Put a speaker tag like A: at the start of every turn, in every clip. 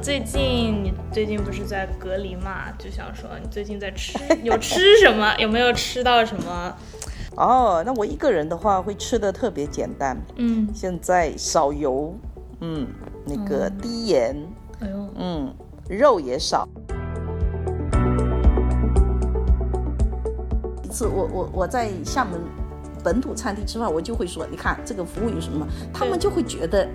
A: 最近你最近不是在隔离嘛，就想说你最近在吃 有吃什么？有没有吃到什么？
B: 哦，那我一个人的话会吃的特别简单，
A: 嗯，
B: 现在少油，嗯，那个低盐，
A: 哎呦，
B: 嗯，肉也少。一次我我我在厦门本土餐厅吃饭，我就会说，你看这个服务有什么，他们就会觉得，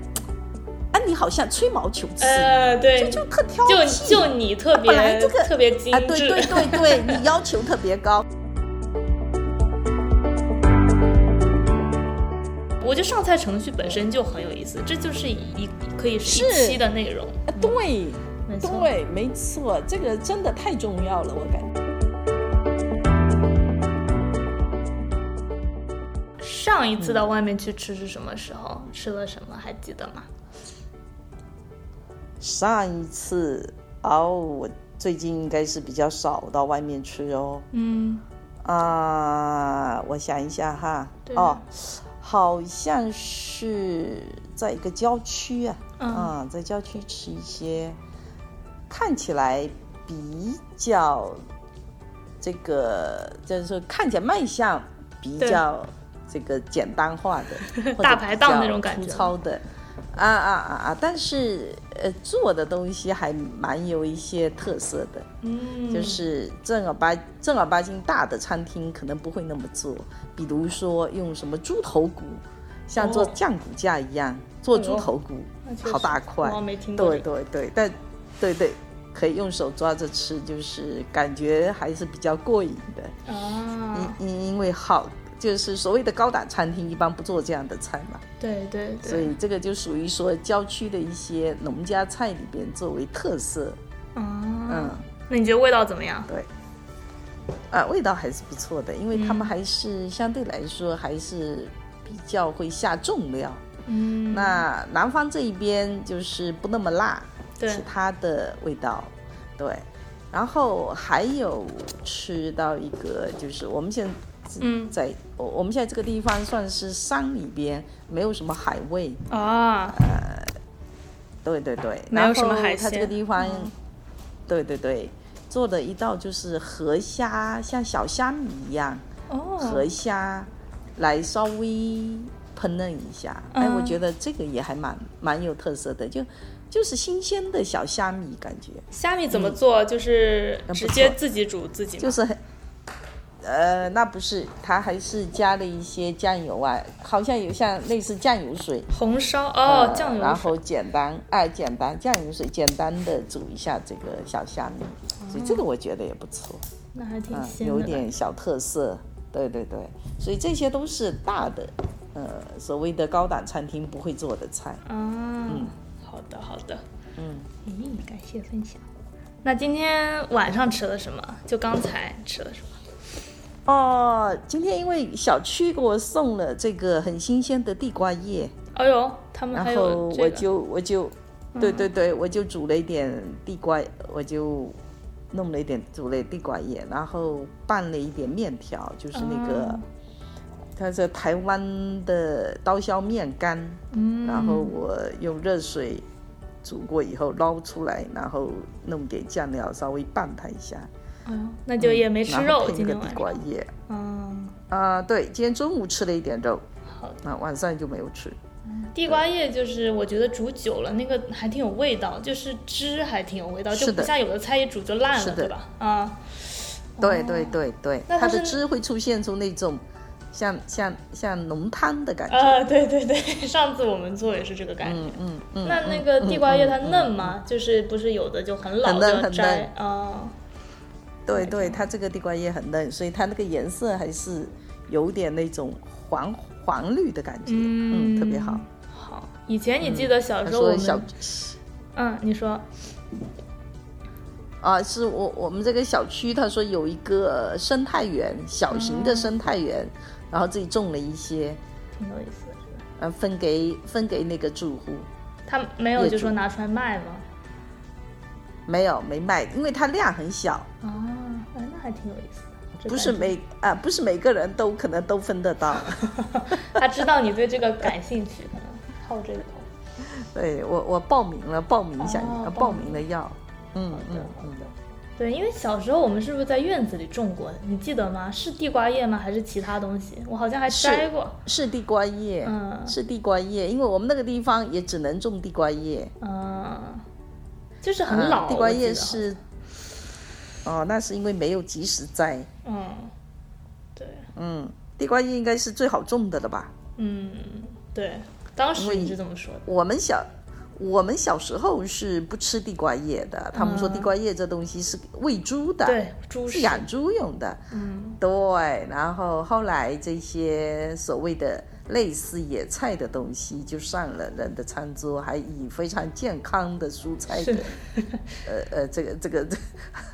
B: 哎、你好像吹毛求疵，
A: 呃，对，
B: 就就特挑
A: 就
B: 剔，
A: 就你特别
B: 本来这个
A: 特别精致，
B: 啊，对对对对，你要求特别高。
A: 我觉得上菜程序本身就很有意思，这就是一可以是一
B: 是
A: 期的内容。
B: 啊 对
A: 没错
B: 对，没错，这个真的太重要了，我感觉。
A: 上一次到外面去吃是什么时候？吃了什么还记得吗？
B: 上一次哦，我最近应该是比较少到外面吃哦。
A: 嗯，
B: 啊，我想一下哈，
A: 对
B: 哦，好像是在一个郊区啊，
A: 嗯
B: 啊，在郊区吃一些看起来比较这个，就是说看起来卖相比
A: 对
B: 较这个简单化的 或者
A: 大排档
B: 比较
A: 那种感觉
B: 粗糙的。啊啊啊啊！但是呃，做的东西还蛮有一些特色的，
A: 嗯，
B: 就是正儿八正儿八经大的餐厅可能不会那么做，比如说用什么猪头骨，像做
A: 哦
B: 酱骨架一样、做猪头骨，
A: 那嗯确实
B: 好大块
A: 我，没听过
B: 对
A: 这个。
B: 对对，但对对，可以用手抓着吃，就是感觉还是比较过瘾的。
A: 啊，
B: 因、因因为好，就是所谓的高档餐厅一般不做这样的菜嘛，
A: 对对
B: 所
A: 对，
B: 以这个就属于说郊区的一些农家菜里边作为特色，
A: 啊，
B: 嗯
A: 那你觉得味道怎么样？
B: 对，啊，味道还是不错的，因
A: 嗯
B: 为他们还是、相对来说还是比较会下重料。
A: 嗯，
B: 那南方这一边就是不那么辣，
A: 对
B: 其，他的味道，对。然后还有吃到一个，就是我们现
A: 嗯
B: 在我、我们现在这个地方算是山里边，没有什么海味，
A: 啊，
B: 对对对，
A: 没
B: 然
A: 有什么
B: 后
A: 海
B: 它这个
A: 鲜嗯
B: 地方，对对对，做的一道就是河虾，像小虾米一样，
A: 哦，
B: 河虾来稍微烹饪一下。哎，我
A: 嗯
B: 觉得这个也还蛮蛮有特色的，就就是新鲜的小虾米感觉，
A: 虾米怎么做？就是
B: 嗯
A: 直
B: 不
A: 接
B: 错
A: 自己煮自己吗？
B: 就是很。呃，那不是，它还是加了一些酱油啊，好像有像类似酱油水，
A: 红烧哦，
B: 呃
A: 酱油
B: 然
A: 水
B: 后简单哎，简单酱油水简单的煮一下这个小虾米，所以这个我觉得也不错，
A: 那还挺
B: 嗯，
A: 鲜的
B: 有
A: 吧，
B: 一点小特色，对对对，所以这些都是大的，呃，所谓的高档餐厅不会做的菜。
A: 啊，好的好的，
B: 嗯，
A: 咦，感谢分享。那今天晚上吃了什么？就刚才吃了什么？
B: 哦，今天因为小区给我送了这个很新鲜的地瓜叶，
A: 哎呦，他们还
B: 然
A: 有
B: 后
A: 这
B: 我
A: 个嗯
B: 就我就，对对对，我就煮了一点地瓜，我就弄了一点煮了地瓜叶，然后拌了一点面条，就是那个
A: 哦，
B: 它是台湾的刀削面干，
A: 嗯
B: 然后我用热水煮过以后捞出来，然后弄点酱料稍微拌它一下，
A: 哎呦，那就也没吃
B: 嗯然后
A: 肉，
B: 配
A: 今
B: 那
A: 天
B: 个地
A: 晚
B: 瓜
A: 上。
B: 叶。
A: 嗯，
B: 啊、对，今天中午吃了一点肉，
A: 好的。
B: 啊，晚上就没有吃。
A: 地瓜叶就是我觉得煮久了那个还挺有味道，就是汁还挺有味道，
B: 是
A: 就不
B: 的
A: 像有的菜一煮就烂
B: 是
A: 了，
B: 的
A: 对吧？啊，
B: 对对对对，
A: 哦那它
B: 它的
A: 是
B: 汁会出现出那种像像像浓汤的感觉。
A: 啊，对对 对，上次我们做也是这个感觉。
B: 嗯嗯嗯，
A: 那那个地瓜叶它嫩吗？就是不是有的就很老
B: 很嫩
A: 就要
B: 很
A: 摘啊？
B: 对对，它这个地瓜叶很嫩，所以它那个颜色还是有点那种黄黄绿的感觉，嗯，特别好。
A: 好，以前你记得小
B: 他
A: 时候我
B: 说
A: 们
B: 小
A: 嗯，你说
B: 啊，是我我们这个小区，他说有一个生态园，小型的生态园，然后自己种了一些，
A: 挺有意思的。
B: 呃，分给分给那个住户。
A: 他没有
B: 业
A: 就说
B: 主
A: 拿出来卖吗？
B: 没有没卖，因为它量很小，
A: 啊，哎那还挺有意思的。这
B: 嗯不是
A: 感觉
B: 每啊不是每个人都可能都分得到。
A: 他知道你对这个感兴趣，可能好这个头。
B: 对我我报名了，报名想、
A: 哦
B: 呃
A: 报
B: 报
A: 名
B: 名了要，嗯
C: 好的
B: 嗯
C: 好
B: 嗯，
C: 的，
A: 对，因为小时候我们是不是在院子里种过？你记得吗？是地瓜叶吗？还是其他东西？我好像还
B: 是
A: 摘过。
B: 是地瓜叶，
A: 嗯
B: 是地瓜叶，因为我们那个地方也只能种地瓜叶，
A: 嗯，就是
B: 啊
A: 很老。
B: 地瓜
A: 我记
B: 叶
A: 得
B: 是，哦，那是因为没有及时摘，
A: 嗯，对，
B: 嗯，地瓜叶应该是最好种的了吧？
A: 嗯，对，当时你是这么说的。
B: 我们小我们小时候是不吃地瓜叶的，他们说
A: 嗯
B: 地瓜叶这东西是喂猪的，
A: 对，猪
B: 是
A: 食。
B: 养猪用的。
A: 嗯
B: 对，然后后来这些所谓的类似野菜的东西就上了人的餐桌，还以非常健康的蔬菜的
A: 是，
B: 呃呃，这个这个这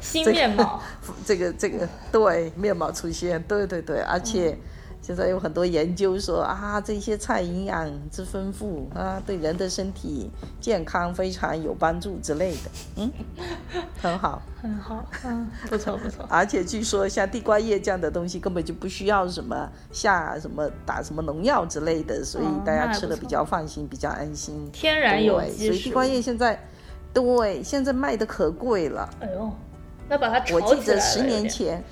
A: 新
B: 这个
A: 面貌。
B: 这个这个对面貌出现，对对对，而且现在有很多研究说啊，这些菜营养之丰富啊，对人的身体健康非常有帮助之类的，嗯，很好。
A: 很好， 嗯，不错不错，
B: 而且据说像地瓜叶这样的东西根本就不需要什么下什么打什么农药之类的，所以
A: 哦
B: 大
A: 那
B: 家
A: 还
B: 吃
A: 不
B: 的比
A: 错
B: 较放心，比较安心。
A: 天嗯然有
B: 对，
A: 机
B: 所以地
A: 食物。
B: 瓜叶现在，对，现在卖的可贵了。
A: 哎呦，那把它
B: 哎我
A: 炒
B: 记
A: 起来
B: 得
A: 了
B: 十
A: 有
B: 年
A: 点
B: 前，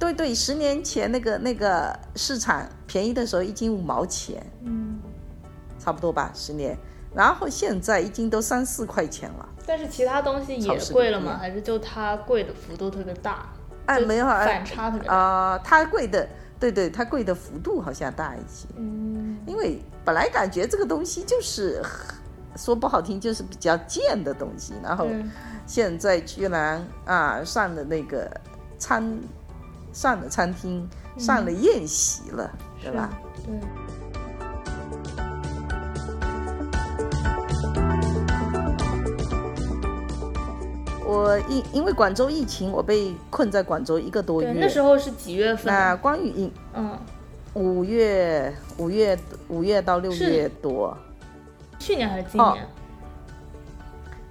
B: 对对，十年前那个那个市场便宜的时候一斤五毛钱，
A: 嗯，
B: 差不多吧，十年。然后现在一斤都三四块钱了，
A: 但是其他东西
B: 超
A: 也
B: 市里
A: 贵了吗？
B: 面
A: 还是就它贵的幅度特别大？
B: 哎，
A: 就
B: 没有啊，
A: 反差特别大。
B: 啊、它贵的，对对，它贵的幅度好像大一些，
A: 嗯，
B: 因为本来感觉这个东西就是，说不好听就是比较贱的东西，然后
A: 对
B: 现在居然啊上了那个餐，上了餐厅，
A: 嗯
B: 上了宴席了，对吧？？
A: 是对。
B: 我因因为广州疫情，我被困在广州一个多
A: 对，
B: 月。
A: 那时候是几月份？
B: 那关于影
A: 嗯，
B: 五月五月五月到六
A: 是
B: 月多，
A: 去年还是今
B: 哦
A: 年？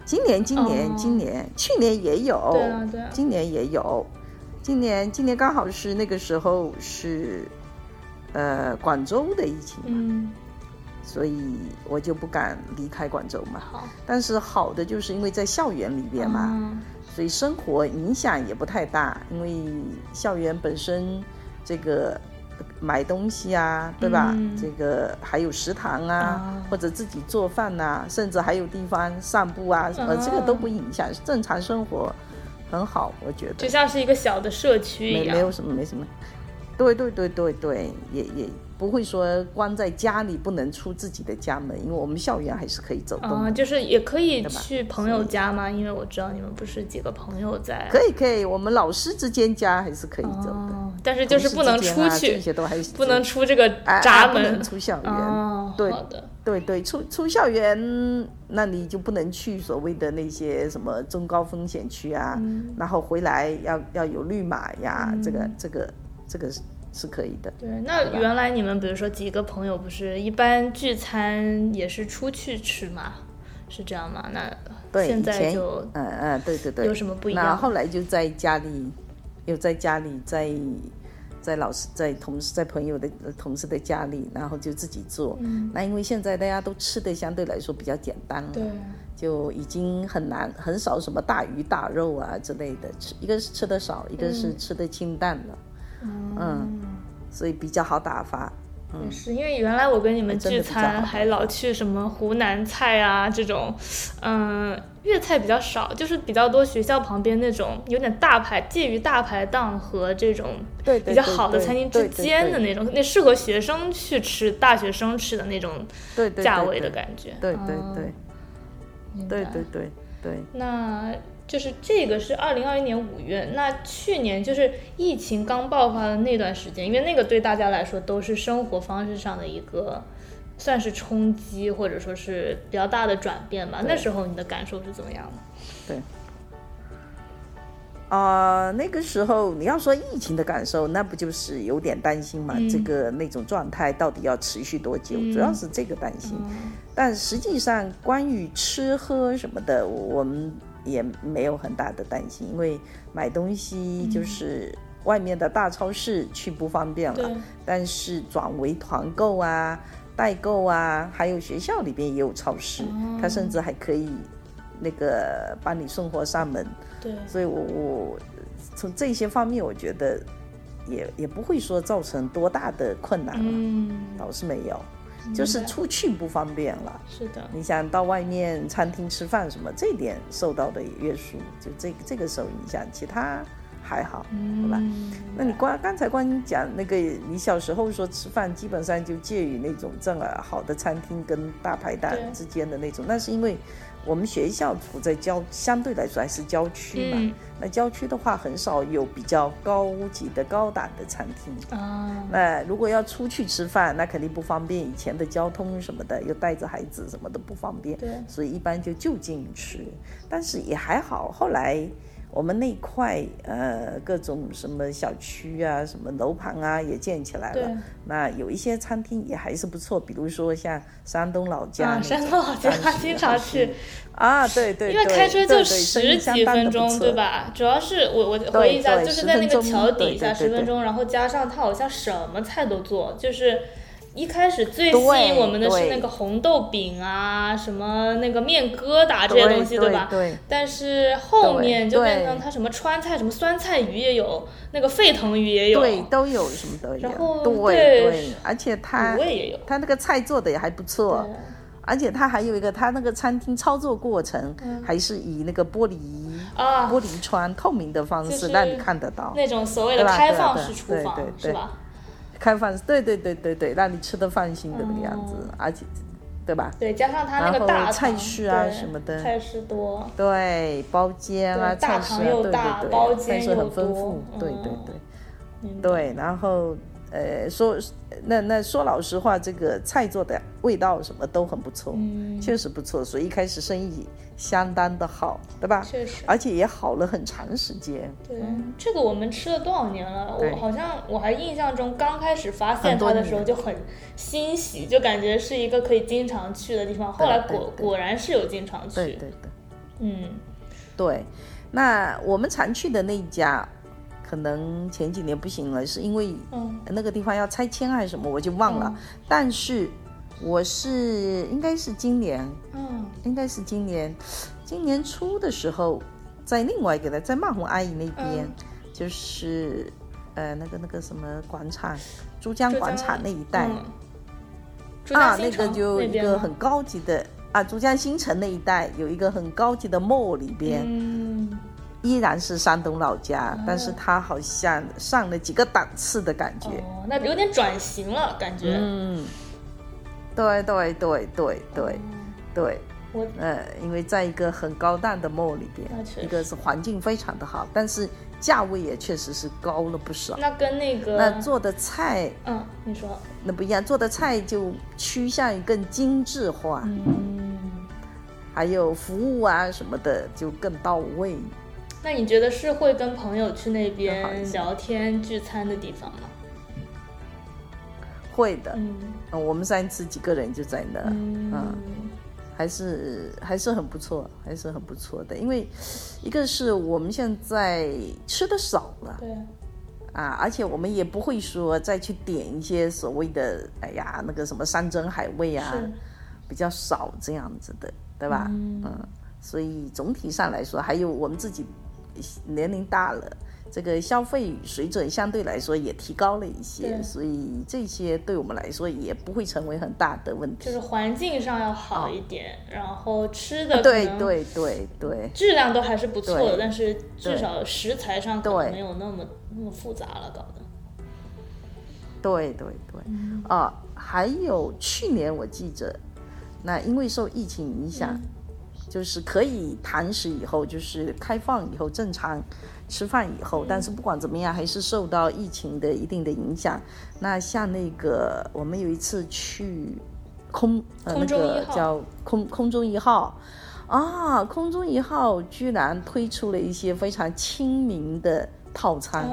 B: 今年今年、
A: 哦
B: 今年，去年也有，
A: 对啊，对啊。
B: 今年也有，今年今年刚好是那个时候是，呃，广州的疫情，
A: 嗯，
B: 所以我就不敢离开广州嘛。
A: 好。
B: 但是好的就是因为在校园里边嘛，
A: 嗯
B: 所以生活影响也不太大，因为校园本身这个呃买东西啊，对吧？
A: 嗯
B: 这个还有食堂啊，
A: 啊
B: 或者自己做饭呐、甚至还有地方散步啊，什么、
A: 啊
B: 这个都不影响，正常生活很好，我觉
A: 就
B: 得
A: 像是一个小的社区一
B: 没
A: 样。
B: 没有什么没什么。对对对对对，也也不会说关在家里不能出自己的家门，因为我们校园还是可以走动的。
A: 啊、就是也可以
B: 对吧
A: 去朋友家吗？因为我知道你们不是几个朋友在。
B: 可以可以，我们老师之间家还是可以走的。
A: 哦，但是就是不能
B: 同事之
A: 出
B: 间啊
A: 去
B: 这，些都还是
A: 不能出这个
B: 哎哎
A: 闸
B: 不
A: 门。
B: 能出校园。
A: 哦，
B: 对
A: 好的，
B: 对对，出出校园，那你就不能去所谓的那些什么中高风险区啊，
A: 嗯
B: 然后回来要要有绿码呀，这个这个这个是是可以的。
A: 对。那原来你们比如说几个朋友，不是一般聚餐也是出去吃嘛，是这样吗？那
B: 对，
A: 现
B: 以
A: 在
B: 前
A: 就
B: 嗯嗯，对对对，
A: 有什么不一
B: 那
A: 样？
B: 后来就在家里，又在家里，在在老师、在同事、在朋友的同事的家里，然后就自己做。
A: 嗯
B: 那因为现在大家都吃的相对来说比较简单了，
A: 对，
B: 就已经很难很少什么大鱼大肉啊之类的吃。一个是吃的少，一个是吃的清淡了，
A: 嗯，
B: 所以比较好打发。
A: 也是因为原来我跟你们
B: 嗯真
A: 聚
B: 的比较好嗯
A: 餐还老去什么湖南菜啊这种，嗯，粤菜比较少，就是比较多学校旁边那种有点大排，介于大排档和这种
B: 对
A: 比
B: 对
A: 较好的
B: 对
A: 餐厅
B: 对
A: 之
B: 对
A: 间
B: 对
A: 的那种，那适合学生去吃，大学生吃的那种
B: 对对
A: 价
B: 对
A: 位的
B: 对
A: 感觉。
B: 对对
A: 嗯
B: 对
A: 明
B: 对
A: 白
B: 对对对。
A: 那就是这个是二零二一年五月，那去年就是疫情刚爆发的那段时间，因为那个对大家来说都是生活方式上的一个算是冲击，或者说是比较大的转变吧。那时候你的感受是怎么样的？
B: 对。啊、那个时候你要说疫情的感受，那不就是有点担心嘛？这个那种状态到底要持续多久？主要是这个担心。但实际上，关于吃喝什么的，我我们也没有很大的担心，因为买东西就是外面的大超市去不方便了，但是转为团购啊，代购啊，还有学校里边也有超市，它甚至还可以那个帮你送货上门。
A: 对，
B: 所以我我从这些方面，我觉得也也不会说造成多大的困难了，
A: 嗯，
B: 倒是没有，就是出去不方便了。
A: 是的，
B: 你想到外面餐厅吃饭什么，这点受到的约束，就这个这个受影响，其他还好，对吧？
A: 嗯
B: 那你光刚才光你讲那个，你小时候说吃饭基本上就介于那种正儿好的餐厅跟大排档
A: 对
B: 之间的那种，那是因为我们学校处在郊，相对来说还是郊区嘛。
A: 嗯
B: 那郊区的话，很少有比较高级的高档的餐厅。
A: 啊，
B: 那如果要出去吃饭，那肯定不方便，以前的交通什么的，又带着孩子什么的不方便，
A: 对，
B: 所以一般就就近吃。但是也还好，后来我们那一块呃各种什么小区啊、什么楼盘啊也建起来
A: 对
B: 了，那有一些餐厅也还是不错，比如说像山东老家那
A: 啊，
B: 种、
A: 山东老家
B: 当时
A: 经常
B: 还
A: 去
B: 是，啊，对对对，
A: 因为开车
B: 对
A: 就
B: 对
A: 十几分钟，对？吧？主要是我我回忆一下，
B: 对
A: 就是在那个
B: 10分钟
A: 桥底下
B: 对对对
A: 十分钟，然后加上他好像什么菜都做，就是。一开始最吸
B: 对
A: 引我们的是
B: 对
A: 那个红豆饼啊，什么那个面疙瘩这
B: 生意
A: 些东西，
B: 相当不错对
A: 吧？
B: 对
A: 但是后面就变成
B: 对
A: 他什么川菜、什么酸菜鱼也有，那个沸腾鱼也有，
B: 对，都有什么都有，
A: 然后对
B: 对对，而且它
A: 卤味也有。
B: 他那个菜做的也还不错，而且他还有一个，他那个餐厅操作过程
A: 嗯
B: 还是以那个玻璃、
A: 啊
B: 玻璃窗透明的方
A: 就是
B: 式让你看得到，
A: 那种所谓的
B: 对吧
A: 开
B: 对吧
A: 放
B: 对啊
A: 式厨
B: 对
A: 房
B: 对
A: 是
B: 对
A: 吧？
B: 开放，对对对对对，让你吃的放心的那个样子，
A: 哦
B: 而且，对吧？
A: 对，加上它那
B: 然
A: 个
B: 后
A: 大
B: 菜
A: 堂
B: 式啊
A: 对
B: 什么的
A: 菜式多，
B: 对，包间啊，
A: 对大
B: 菜
A: 堂
B: 式啊，
A: 又
B: 对对
A: 大
B: 对，
A: 包
B: 菜
A: 间
B: 式
A: 又
B: 很丰
A: 多
B: 富，对对
A: 嗯
B: 对。
A: 明白
B: 对，然后呃，说那那说老实话，这个菜做的味道什么都很不错，确实不错，所以一开始生意相当的好，对吧？
A: 确实。
B: 而且也好了很长时间，
A: 对，这个我们吃了多少年了？
B: 嗯对
A: 我好像我还印象中刚开始发现
B: 很多
A: 它的
B: 年
A: 时候就很欣喜，就感觉是一个可以经常去的地方。后来
B: 对
A: 果
B: 对
A: 果然是有经常
B: 对
A: 去，
B: 对对
A: 嗯，
B: 对。那我们常去的那一家，可能前几年不行了，是因为
A: 嗯
B: 那个地方要拆迁还是什么，我就忘了。但是我是应该是今年
A: 嗯
B: 应该是今年，今年初的时候，在另外一个的，在曼红阿姨那边，
A: 嗯
B: 就是呃那个那个什么广场，珠江广场那一带、
A: 嗯珠江
B: 啊，
A: 新
B: 那个
A: 城
B: 就一
A: 边
B: 个
A: 吗
B: 很高级的啊，珠江新城那一带有一个很高级的 mall 里边，
A: 嗯
B: 依然是山东老家，但是它好像上了几个档次的感觉。
A: 哦，那有点转型了，感觉。
B: 嗯，对对对对对对，
A: 嗯我
B: 呃，因为在一个很高档的 mall 里边
A: 那确，实
B: 一个是环境非常的好，但是价位也确实是高了不少。
A: 那跟那个
B: 那做的菜
A: 嗯，你说
B: 那不一样，做的菜就趋向于更精致化，
A: 嗯，
B: 还有服务啊什么的就更到位。
A: 那你觉得是会跟朋友去那
B: 更好一
A: 边
B: 些
A: 聊天聚餐的地方吗？
B: 会的，
A: 嗯
B: 呃我们上一次几个人就在那儿，
A: 嗯
B: 还是还是很不错，还是很不错的。因为一个是我们现在吃的少了，
A: 对，
B: 啊，而且我们也不会说再去点一些所谓的哎呀那个什么山珍海味啊，
A: 是
B: 比较少这样子的，对吧？嗯所以总体上来说，还有我们自己年龄大了，这个消费水准相对来说也提高了一些，
A: 对
B: 所以这些对我们来说也不会成为很大的问题
A: 就。是环境上要好一点，然后吃的
B: 对
A: 可能
B: 对对对
A: 质量都还是不错的，
B: 对
A: 但是至
B: 对
A: 少食材上可能
B: 对
A: 没有那么那么复杂了，搞得
B: 对对对，
A: 嗯
B: 啊，还有去年我记着，那因为受疫情影响，
A: 嗯
B: 就是可以堂食以后，就是开放以后正常吃饭以
A: 嗯
B: 后，但是不管怎么样，还是受到疫情的一定的影响。那像那个我们有一次去空呃
A: 空
B: 那
A: 中一
B: 个
A: 号
B: 叫空空中一号。啊，空中一号居然推出了一些非常亲民的套餐，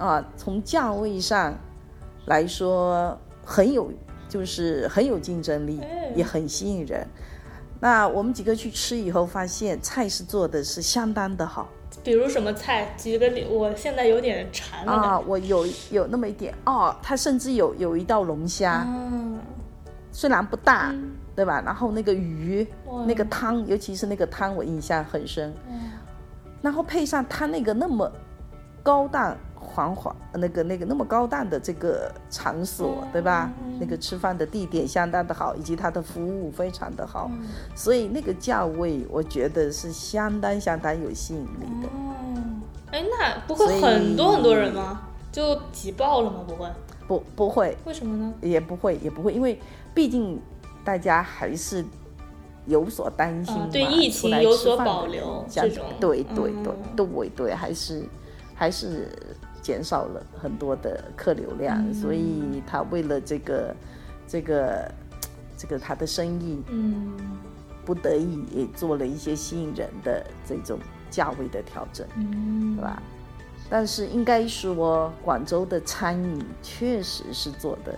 A: 哦，
B: 啊，从价位上来说很有，就是很有竞争力，也很吸引人。那我们几个去吃以后，发现菜是做的是相当的好
A: 比如什么菜，举个例，我现在有点馋了感觉，
B: 哦啊！我有有那么一点哦，它甚至有有一道龙虾，
A: 嗯，
B: 虽然不大，对吧？然后那个鱼
A: 哇，
B: 那个汤，尤其是那个汤，我印象很深。
A: 嗯
B: 然后配上它那个那么高档、黄黄那个那个那么高档的这个场所，对吧？那个吃饭的地点相当的好，以及它的服务非常的好，所以那个价位我觉得是相当相当有吸引力的。
A: 哦，哎，那不会
B: 所以
A: 很多很多人吗？就挤爆了吗？不会，
B: 不不会，
A: 为什么呢？
B: 也不会，也不会，因为毕竟大家还是有所担心嘛、
A: 啊对疫情
B: 出来
A: 有
B: 吃
A: 所
B: 饭的
A: 保
B: 人
A: 留
B: 这样
A: 这
B: 子
A: 种
B: 对对对、
A: 嗯
B: 对对，还是还是减少了很多的客流量，
A: 嗯
B: 所以他为了这个这个这个他的生意，
A: 嗯
B: 不得已也做了一些吸引人的这种价位的调整。
A: 嗯
B: 对吧？但是应该说，广州的餐饮确实是做的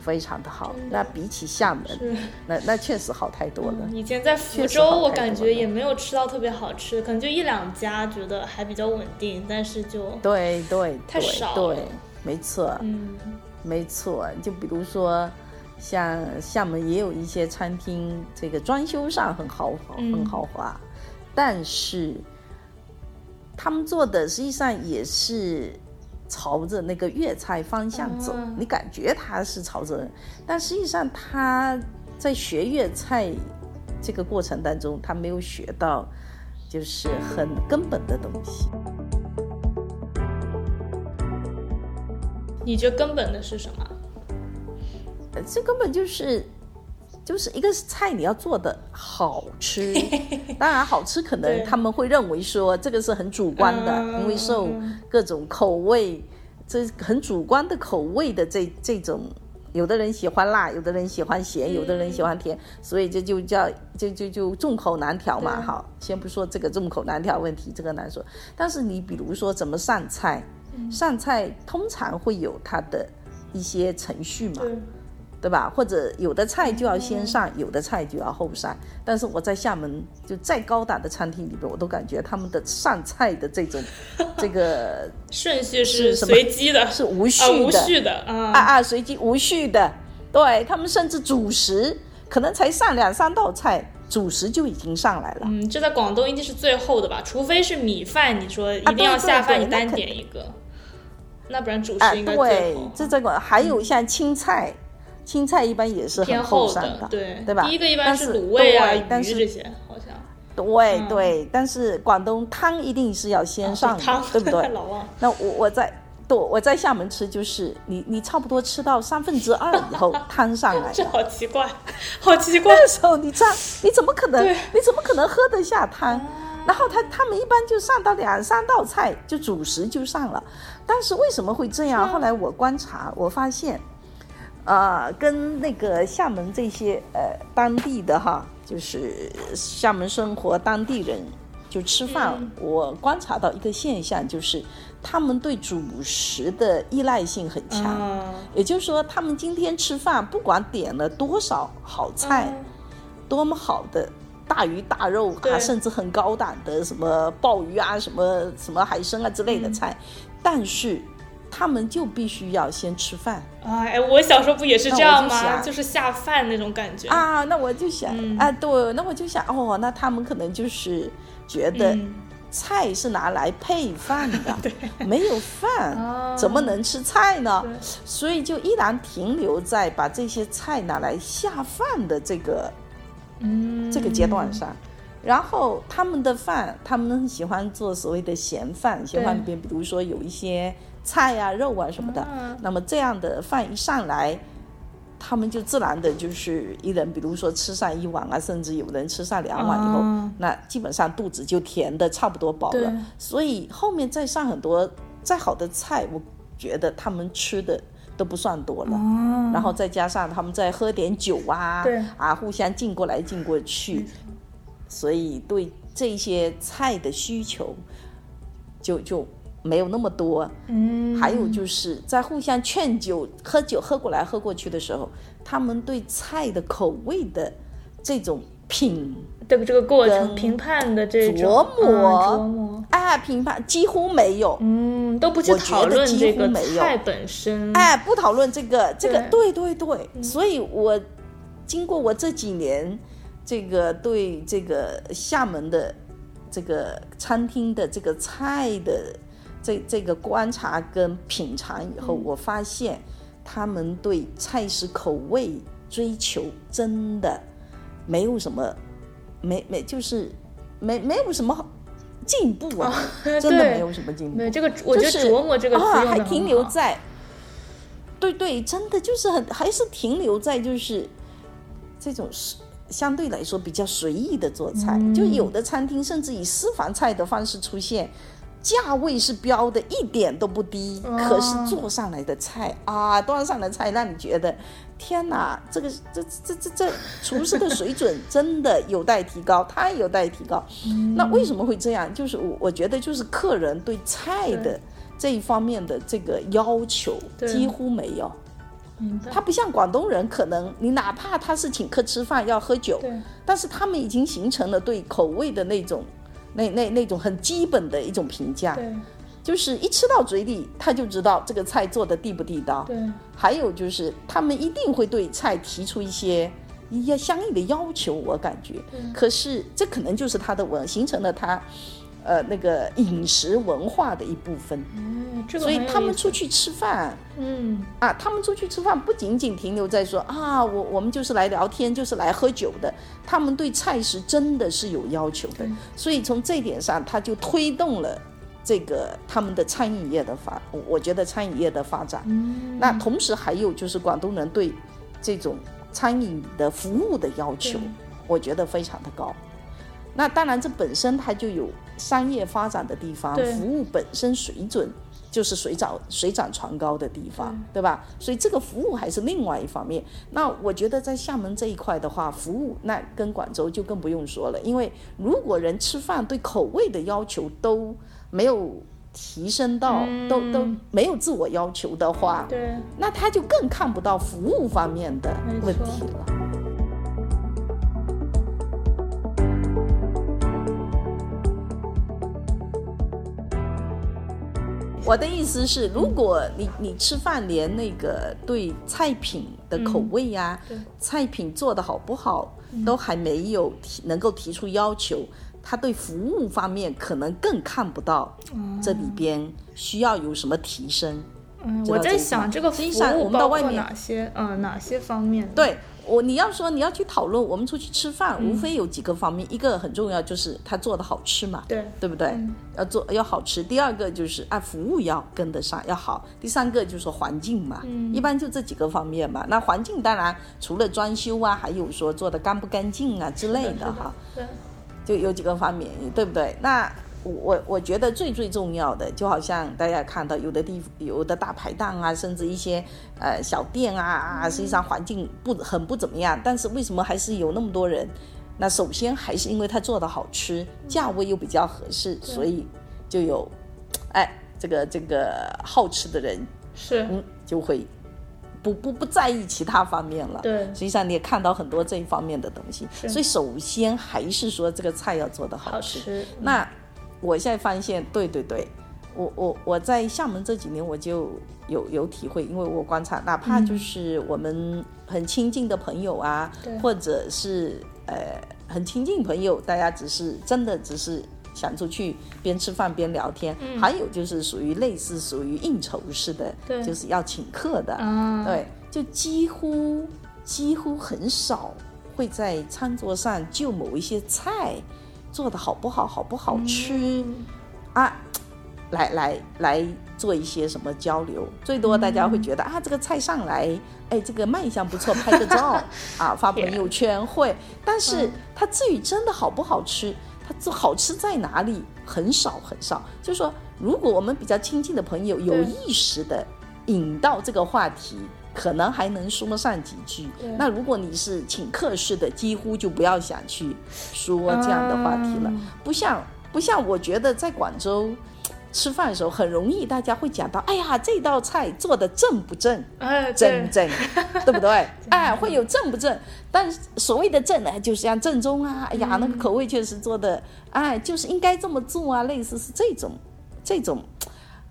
B: 非常的好。那比起厦门，
A: 是。
B: 那那确实好太多了。
A: 嗯以前在福
B: 确实
A: 州，
B: 好
A: 我
B: 太
A: 感
B: 多
A: 觉
B: 了
A: 也没有吃到特别好吃，可能就一两家觉得还比较稳定，但是就
B: 对对
A: 太
B: 对
A: 少
B: 对
A: 了，
B: 没错、
A: 嗯
B: 没错。就比如说，像厦门也有一些餐厅，这个装修上很豪华，
A: 嗯
B: 很豪华，但是他们做的实际上也是朝着那个粤菜方向走，
A: 啊
B: 你感觉他是朝着，但实际上他在学粤菜这个过程当中，他没有学到就是很根本的东西。
A: 你觉得根本的是什么？
B: 呃这根本就是。就是一个是菜你要做的好 吃，当然好吃可
A: 对
B: 能他们会认为说这个是很主观的，
A: 嗯
B: 因为受各种口味，这很主观的口味的这这种，有的人喜欢辣，有的人喜欢咸，有的人喜欢
A: 嗯
B: 甜，所以这就叫就就就众口难调嘛。
A: 对
B: 好，先不说这个众口难调问题，这个难说。但是你比如说怎么上菜，
A: 嗯
B: 上菜通常会有它的一些程序嘛。
A: 对，
B: 对吧？或者有的菜就要先上，有的菜就要后上。但是我在厦门就再高档的餐厅里面，我都感觉他们的上菜的 这种这个
A: 顺序是
B: 是什么
A: 随机的，
B: 是无序
A: 啊，无
B: 的，
A: 序的
B: 啊
A: 啊，
B: 啊，随机无序的。对他们甚至主食可能才上两三道菜，主食就已经上来了。
A: 嗯，这在广东一定是最后的吧？除非是米饭，你说一
B: 啊
A: 定要
B: 对对
A: 下饭，
B: 对
A: 你
B: 那
A: 单
B: 肯
A: 点一个，那不然主
B: 啊，
A: 食应该最
B: 对
A: 后，
B: 这这个还有像青菜，青菜一般也是
A: 偏
B: 很
A: 后
B: 上
A: 的，对
B: 对吧？
A: 第一个一般
B: 但
A: 是
B: 是
A: 卤味啊、
B: 对
A: 鱼
B: 但是
A: 这些，好像
B: 对
A: 嗯
B: 对，但是广东汤一定是要先上
A: 啊
B: 的，
A: 汤，
B: 对不对？
A: 老 忘了。
B: 那我我在对我在厦门吃，就是你你差不多吃到三分之二以后汤上来
A: 这
B: 了，
A: 好奇怪， 好奇怪。
B: 那时候你这样你怎么可能
A: 对啊
B: 你怎么可能喝得下汤？然后他他们一般就上到两三道菜，就主食就上了。但是为什么会这样？
A: 啊
B: 后来我观察，我发现，呃，跟那个厦门这些呃当地的哈，就是厦门生活当地人就吃饭，
A: 嗯
B: 我观察到一个现象，就是他们对主食的依赖性很强。
A: 嗯，
B: 也就是说，他们今天吃饭，不管点了多少好
A: 嗯
B: 菜，多么好的大鱼大肉
A: 对
B: 啊，甚至很高档的什么鲍鱼啊、什么什么海参啊之类的菜，
A: 嗯
B: 但是他们就必须要先吃饭
A: 哎，我小时候不也是这样
B: 那我就
A: 吗？
B: 想
A: 就是下饭那种感觉。
B: 啊。那我就想、
A: 嗯
B: 啊，对，那我就想哦，那他们可能就是觉得
A: 嗯
B: 菜是拿来配 饭的，没有
A: 哦
B: 饭怎么能吃菜呢
A: 对？
B: 所以就依然停留在把这些菜拿来下饭的这个
A: 嗯，
B: 这个阶段上。然后他们的饭，他们喜欢做所谓的咸饭，咸饭里边比如说有一些菜啊、肉啊什么的。
A: 嗯
B: 那么这样的饭一上来，他们就自然的就是一人，比如说吃上一碗啊，甚至有人吃上两碗以后，
A: 啊
B: 那基本上肚子就填的差不多饱
A: 对
B: 了。所以后面再上很多再好的菜，我觉得他们吃的都不算多了。
A: 哦，
B: 然后再加上他们再喝点酒啊
A: 对，嗯
B: 啊，互相敬过来敬过去，所以对这些菜的需求就就没有那么多。
A: 嗯，
B: 还有就是在互相劝酒、喝酒喝过来喝过去的时候，他们对菜的口味的这种品
A: 对这个过程
B: 跟
A: 评判的这种
B: 琢磨
A: 嗯琢磨，
B: 啊评判几乎没有。
A: 嗯，都不去
B: 我觉得
A: 讨论
B: 几
A: 这
B: 乎
A: 个
B: 没有
A: 菜本身。
B: 哎哎，不讨论这个，这个
A: 嗯对嗯
B: 对对对，所以我经过我这几年这个对这个厦门的这个餐厅的这个菜的这这个观察跟品尝以
A: 嗯
B: 后，我发现他们对菜式口味追求真的没有什么，没没就是没没有什么进步啊，真的
A: 哦对
B: 没有什么进步
A: 对。这个，我觉得
B: 就是
A: 琢磨这个词
B: 啊，
A: 用
B: 还
A: 的
B: 停留在，对对，真的就是很还是停留在就是这种是相对来说比较随意的做菜，就
A: 嗯
B: 有的餐厅甚至以私房菜的方式出现。价位是标的，一点都不低，可是做上来的菜啊，端上来的菜让你觉得，天哪，这个这这这这厨师的水准真的有待提高，太有待提高。那为什么会这样？就是我我觉得就是客人对菜的这一方面的这个要求
A: 对
B: 几乎没有，
A: 明白
B: 他不像广东人，可能你哪怕他是请客吃饭要喝酒，
A: 对
B: 但是他们已经形成了对口味的那种。那那那种很基本的一种评价，
A: 对
B: 就是一吃到嘴里，他就知道这个菜做的地不地道。
A: 对
B: 还有就是，他们一定会对菜提出一些一些相应的要求，我感觉。
A: 嗯
B: 可是这可能就是他的文形成了他，呃，那个饮食文化的一部分。
A: 嗯，这个
B: 所以
A: 很有
B: 他
A: 意
B: 们
A: 思
B: 出去吃饭
A: 嗯
B: 啊，他们出去吃饭不仅仅停留在说啊，我我们就是来聊天，就是来喝酒的。他们对菜食真的是有要求的
A: 对，
B: 所以从这一点上，他就推动了这个他们的餐饮业的发，我我觉得餐饮业的发展。
A: 嗯
B: 那同时还有就是广东人对这种餐饮的服务的要求
A: 对，
B: 我觉得非常的高。那当然，这本身它就有商业发展的地方，
A: 对
B: 服务本身水准就是水涨水涨船高的地方，对吧？所以这个服务还是另外一方面。那我觉得在厦门这一块的话，服务那跟广州就更不用说了，因为如果人吃饭对口味的要求都没有提升到，都都没有自我要求的话，
A: 对
B: 那他就更看不到服务方面的问题了。我的意思是，如果你你吃饭连那个对菜品的口味呀、
A: 对
B: 菜品做的好不好，都还没有提能够提出要求，他对服务方面可能更看不到这里边需要有什么提升。
A: 嗯，
B: 知
A: 我
B: 道这
A: 在
B: 一
A: 想
B: 块
A: 这个服
B: 实际上我
A: 务
B: 们
A: 包
B: 到外
A: 括
B: 面
A: 哪些嗯哪些方面？，
B: 对我，你要说你要去讨论，我们出去吃饭，无非有几个方面，一个很重要就是他做的好吃嘛，
A: 对
B: 对不对？要做要好吃。第二个就是啊，服务要跟得上，要好。第三个就是环境嘛，一般就这几个方面嘛。那环境当然除了装修啊，还有说做的干不干净啊之类
A: 是
B: 的
A: 的
B: 哈，
A: 对
B: 就有几个方面，对不对？那我我我觉得最最重要的，就好像大家看到有的地有的大排档啊，甚至一些呃小店啊啊，实际上环境不很不怎么样，但是为什么还是有那么多人？那首先还是因为它做的好吃，价位又比较合适，所以就有，哎，这个这个好吃的人，
A: 是，
B: 嗯，就会不不不在意其他方面了。
A: 对
B: 实际上你也看到很多这一方面的东西，
A: 是
B: 所以首先还是说这个菜要做得好
A: 好
B: 吃。嗯
A: 吃，
B: 那我现在发现，对对对，我我我在厦门这几年我就有有体会，因为我观察，哪
A: 嗯
B: 怕就是我们很亲近的朋友啊，
A: 对
B: 或者是呃很亲近朋友，大家只是真的只是。想出去边吃饭边聊天，
A: 嗯
B: 还有就是属于类似属于应酬式的，
A: 对
B: 就是要请客的，
A: 啊，
B: 对，嗯就几乎几乎很少会在餐桌上就某一些菜做的好不好、好不好吃、啊，来来来做一些什么交流。最多大家会觉得、啊，这个菜上来，哎，这个卖相不错，拍个照啊，发朋友圈会。但是它至于真的好不好吃，它这好吃在哪里，很少很少。就说如果我们比较亲近的朋友有
A: 对
B: 意识的引到这个话题。可能还能说上几句
A: 对。
B: 那如果你是请客式的，几乎就不要想去说这样的话题了。
A: 嗯
B: 不像不像，我觉得在广州吃饭的时候，很容易大家会讲到，哎呀，这道菜做的正不正，
A: 哎，
B: 正
A: 对
B: 不正，对不对？ 哎，会有正不正，但是所谓的正呢，就是像正宗啊，哎呀，那个口味确实做的，哎，就是应该这么做啊，类似是这种这种，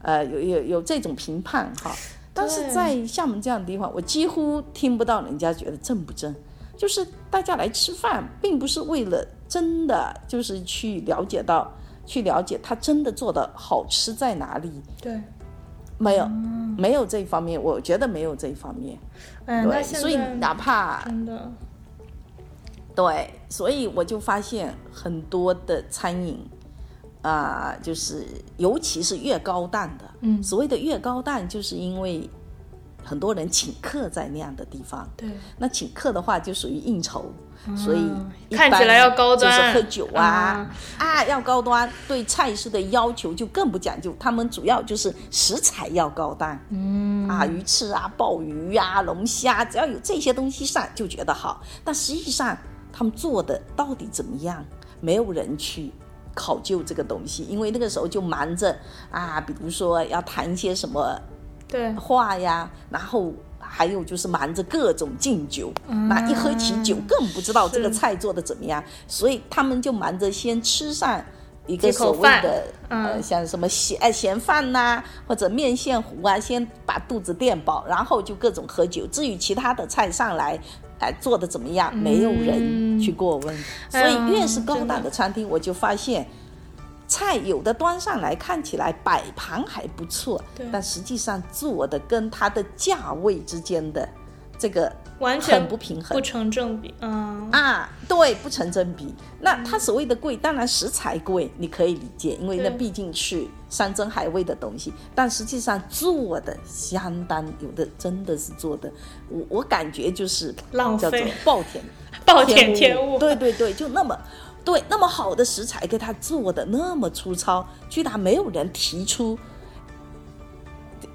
B: 呃，有有有这种评判哈。但是
A: 对
B: 在厦门这样的地方，我几乎听不到人家觉得正不正，就是大家来吃饭，并不是为了真的就是去了解到，去了解他真的做的好吃在哪里，
A: 对，
B: 没有，没有这方面，我觉得没有这方面。
A: 哎，那
B: 对，
A: 现
B: 所以
A: 在
B: 哪怕
A: 真的，
B: 对，所以我就发现很多的餐饮啊、就是尤其是越高档的，
A: 嗯
B: 所谓的越高档，就是因为很多人请客在那样的地方，
A: 对，
B: 那请客的话就属于应酬，所以一
A: 嗯看
B: 般
A: 起来要高
B: 就是
A: 端嗯
B: 喝酒啊啊要高端，对菜式的要求就更不讲究，他们主要就是食材要高端，嗯啊鱼翅啊、鲍鱼啊、龙虾，只要有这些东西上就觉得好，但实际上他们做的到底怎么样，没有人去。考究这个东西，因为那个时候就忙着啊，比如说要谈一些什么
A: 对，
B: 话呀，然后还有就是瞒着各种敬酒，
A: 嗯
B: 那、一喝起酒更不知道这个
A: 是
B: 菜做的怎么样，所以他们就瞒着先吃上一个
A: 几口
B: 所谓
A: 饭嗯
B: 的、呃像什么咸哎咸饭呐、或者面线糊啊，先把肚子垫饱，然后就各种喝酒。至于其他的菜上来。哎，做的怎么样？没有人去过问，所
A: 哎呀
B: 以越是高
A: 真的
B: 档的餐厅，我就发现，菜有的端上来看起来摆盘还不错
A: 对，
B: 但实际上做的跟它的价位之间的这个
A: 完全
B: 很不平衡
A: 不成正比，嗯，
B: 啊，对，不成正比。那它所谓的贵，当然食材贵，你可以理解，因为那
A: 对
B: 毕竟是山珍海味的东西。但实际上做的相当，有的真的是做的，我我感觉就是
A: 浪
B: 叫做
A: 费
B: 暴殄
A: 暴殄天物，
B: 对对对，就那么对那么好的食材给他做的那么粗糙，居然没有人提出，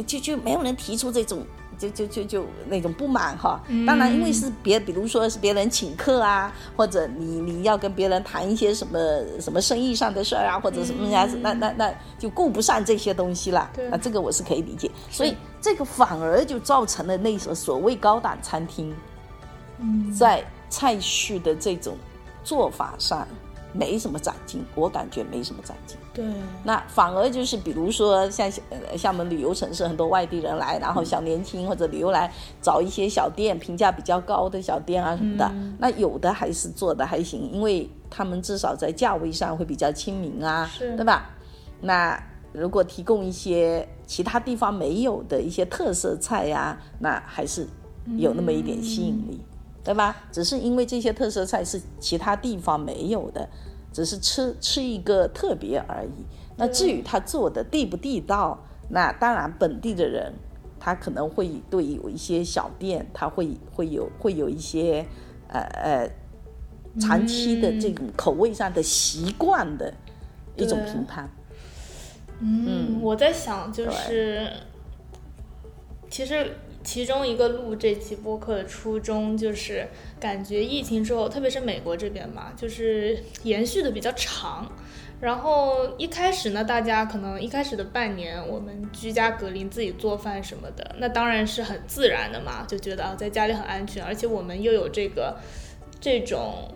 B: 就就没有人提出这种。就就就就那种不满哈，
A: 嗯
B: 当然，因为是别，比如说是别人请客啊，或者你你要跟别人谈一些什么什么生意上的事儿啊，或者什么呀，
A: 嗯
B: 那那那就顾不上这些东西了
A: 对。
B: 啊，这个我是可以理解，所以这个反而就造成了那所所谓高档餐厅，
A: 嗯
B: 在菜式的这种做法上没什么长进，我感觉没什么长进。
A: 对，
B: 那反而就是比如说像呃厦门旅游城市，很多外地人来，然后小年轻或者旅游来找一些小店，评价比较高的小店啊什么的，那有的还是做的还行，因为他们至少在价位上会比较亲民啊，
A: 是
B: 对吧？那如果提供一些其他地方没有的一些特色菜呀、那还是有那么一点吸引力，对吧？只是因为这些特色菜是其他地方没有的，只是吃吃一个特别而已。那至于他做的地不地道，那当然本地的人他可能会对有一些小店，他会会有会有一些呃呃长期的这种口味上的习惯的一种
A: 对
B: 评判。
A: 嗯，我在想就是，其实其中一个录这期播客的初衷就是，感觉疫情之后，特别是美国这边嘛，就是延续的比较长。然后一开始呢，大家可能一开始的半年，我们居家隔离，自己做饭什么的，那当然是很自然的嘛，就觉得啊，在家里很安全，而且我们又有这个这种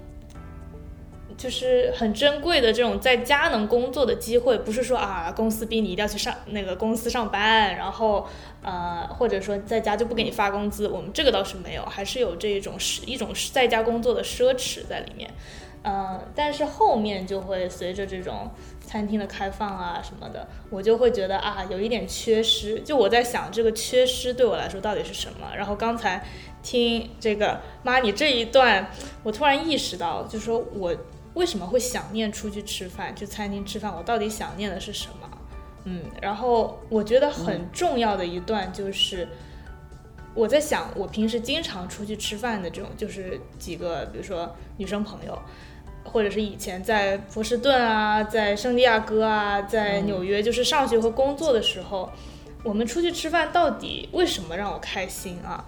A: 就是很珍贵的这种在家能工作的机会，不是说啊公司逼你一定要去上那个公司上班，然后呃或者说在家就不给你发工资，我们这个倒是没有，还是有这种是一种在家工作的奢侈在里面。呃，但是后面就会随着这种餐厅的开放啊什么的，我就会觉得啊有一点缺失。就我在想这个缺失对我来说到底是什么。然后刚才听这个妈你这一段，我突然意识到，就说我为什么会想念出去吃饭，去餐厅吃饭，我到底想念的是什么？嗯，然后我觉得很重要的一段就是。我在想，我平时经常出去吃饭的这种，就是几个，比如说女生朋友，或者是以前在波士顿啊，在圣地亚哥啊，在纽约，就是上学和工作的时候，我们出去吃饭到底为什么让我开心啊？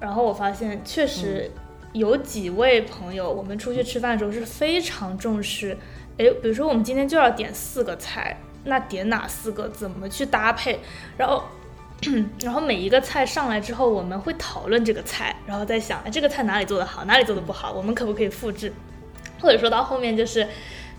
A: 然后我发现，确实有几位朋友，我们出去吃饭的时候是非常重视，诶，比如说我们今天就要点四个菜，那点哪四个，怎么去搭配，然后 然后每一个菜上来之后，我们会讨论这个菜，然后再想，哎，这个菜哪里做的好，哪里做的不好，我们可不可以复制？或者说到后面就是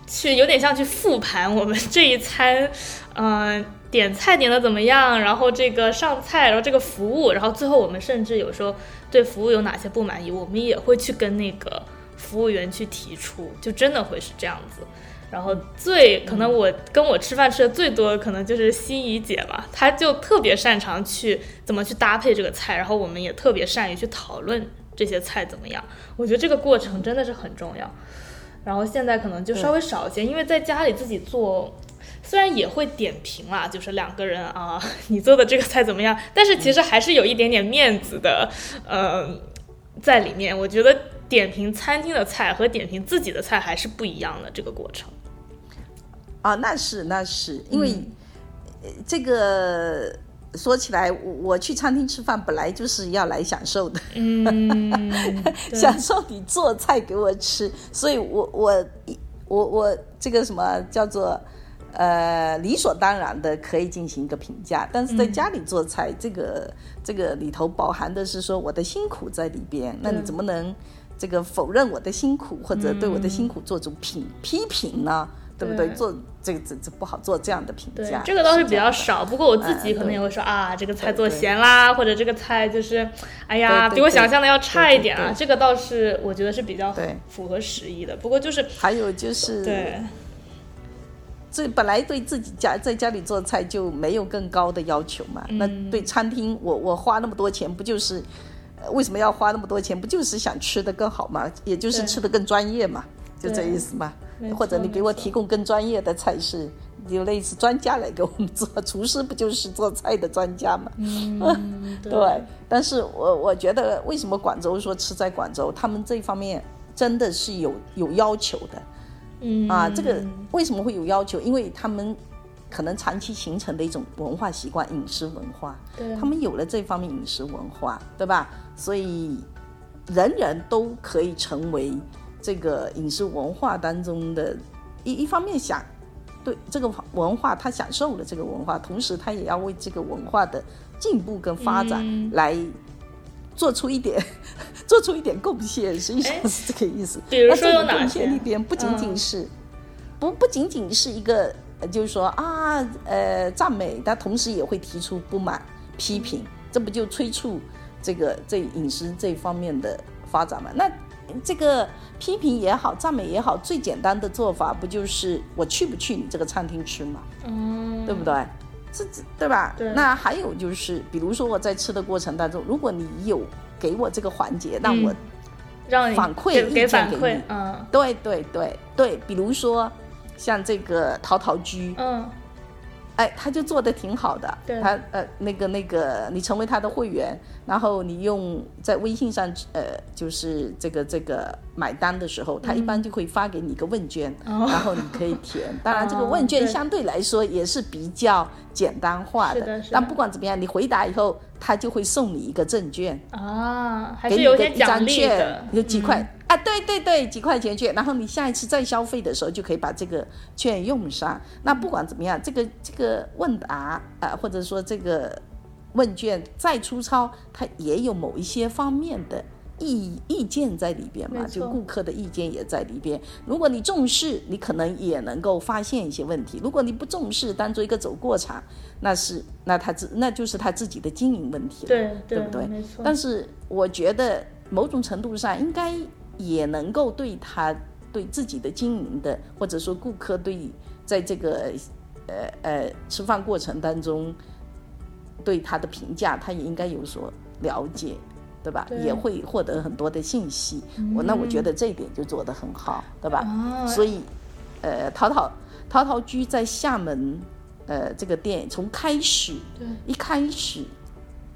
A: 去有点像去复盘我们这一餐，嗯、点菜点的怎么样，然后这个上菜，然后这个服务，然后最后我们甚至有时候对服务有哪些不满意，我们也会去跟那个服务员去提出，就真的会是这样子。然后最可能我跟我吃饭吃的最多的可能就是心怡姐吧，她就特别擅长去怎么去搭配这个菜，然后我们也特别善于去讨论这些菜怎么样。我觉得这个过程真的是很重要。然后现在可能就
B: 嗯
A: 稍微少一些，因为在家里自己做，虽然也会点评啦，就是两个人啊， 你做的这个菜怎么样？但是其实还是有一点点面子的，
B: 嗯
A: 呃，在里面。我觉得点评餐厅的菜和点评自己的菜还是不一样的这个过程。
B: 啊，那是那是，因
A: 嗯
B: 为呃这个说起来，我我去餐厅吃饭本来就是要来享受的，
A: 嗯， 对
B: 享受你做菜给我吃，所以我我我我这个什么叫做呃理所当然的可以进行一个评价，但
A: 嗯
B: 是在家里做菜，这个这个里头包含的是说我的辛苦在里边，那你怎么能这个否认我的辛苦或者对我
A: 嗯
B: 的辛苦做出评批评呢？对不对？
A: 对
B: 做这个这这不好做这样的评
A: 对
B: 价，，
A: 这个倒是比
B: 样
A: 较少。不过我自
B: 嗯
A: 己可能也会说啊，这个菜
B: 对
A: 做
B: 对
A: 咸啦，或者这个菜就是，哎呀，
B: 对对
A: 比我
B: 对
A: 想象的要差一点啊
B: 对对。
A: 这个倒是我觉得是比较
B: 对
A: 符合时宜的。不过就是
B: 还有就是，
A: 对，
B: 这本来对自己家在家里做菜就没有更高的要求嘛。
A: 嗯
B: 那对餐厅，我我花那么多钱，不就是、呃为什么要花那么多钱？不就是想吃的更好嘛，也就是
A: 对
B: 吃的更专业嘛，就这
A: 对
B: 意思嘛
A: 没。
B: 或者
A: 错
B: 你
A: 没
B: 给我
A: 错
B: 提供更专业的菜式，有类似专家来给我们做，厨师不就是做菜的专家嘛？
A: 嗯，
B: 对，但是我我觉得为什么广州说吃在广州，他们这方面真的是有有要求的。
A: 嗯
B: 啊，这个为什么会有要求？因为他们可能长期形成的一种文化习惯，饮食文化，
A: 对啊
B: 他们有了这方面饮食文化，对吧？所以人人都可以成为这个饮食文化当中的一一方面享对这个文化，他享受了这个文化，同时他也要为这个文化的进步跟发展
A: 嗯
B: 来做出一点、 做出一点贡献，实际上是这个意思。
A: 哎比如
B: 那
A: 说
B: 这
A: 有
B: 种
A: 哪
B: 贡
A: 些
B: 献里边不仅仅是、嗯不不仅仅是一个，呃就是说啊呃赞美，但同时也会提出不满、批评，这不就催促这个这饮食这方面的发展嘛？那这个批评也好，赞美也好，最简单的做法不就是我去不去你这个餐厅吃嘛？
A: 嗯，
B: 对不对？是，对吧？
A: 对
B: 那还有就是，比如说我在吃的过程当中，如果你有给我这个环节，让我、
A: 让你
B: 反馈
A: 给
B: 意
A: 给
B: 见
A: 反
B: 给
A: 馈
B: 你，
A: 嗯
B: 对对对对，比如说像这个陶陶居，
A: 嗯
B: 哎，他就做的挺好的。
A: 对
B: 他呃，那个那个，你成为他的会员，然后你用在微信上呃，就是这个这个买单的时候，他一般就会发给你一个问卷，
A: 哦
B: 然后你可以 填。当然，这个
A: 哦
B: 问卷
A: 对
B: 相对来说也是比较简单化
A: 是的是的
B: 但不管怎么样，你回答以后，他就会送你一个证券，
A: 啊，还
B: 给
A: 是
B: 你
A: 有
B: 个
A: 点
B: 一张
A: 奖励
B: 券
A: 的，，嗯
B: 有几块、啊？对对对，几块钱券。然后你下一次再消费的时候，就可以把这个券用上。那不管怎么样，这个这个问答啊、呃或者说这个问卷再粗糙，它也有某一些方面的意意见在里边嘛，
A: 没错
B: 就顾客的意见也在里边。如果你重视，你可能也能够发现一些问题；如果你不重视，当做一个走过场，那是那他自那就是他自己的经营问题了。
A: 对
B: 对不对
A: 没错，
B: 但是我觉得某种程度上应该也能够对他对自己的经营的，或者说顾客对在这个呃呃吃饭过程当中对他的评价，他也应该有所了解。对吧？
A: 对嗯
B: 也会获得很多的信息，我那我觉得这一点就做得很好，对吧？
A: 啊，
B: 所以，呃，淘淘淘淘居在厦门，呃，这个店从开始
A: 对
B: 一开始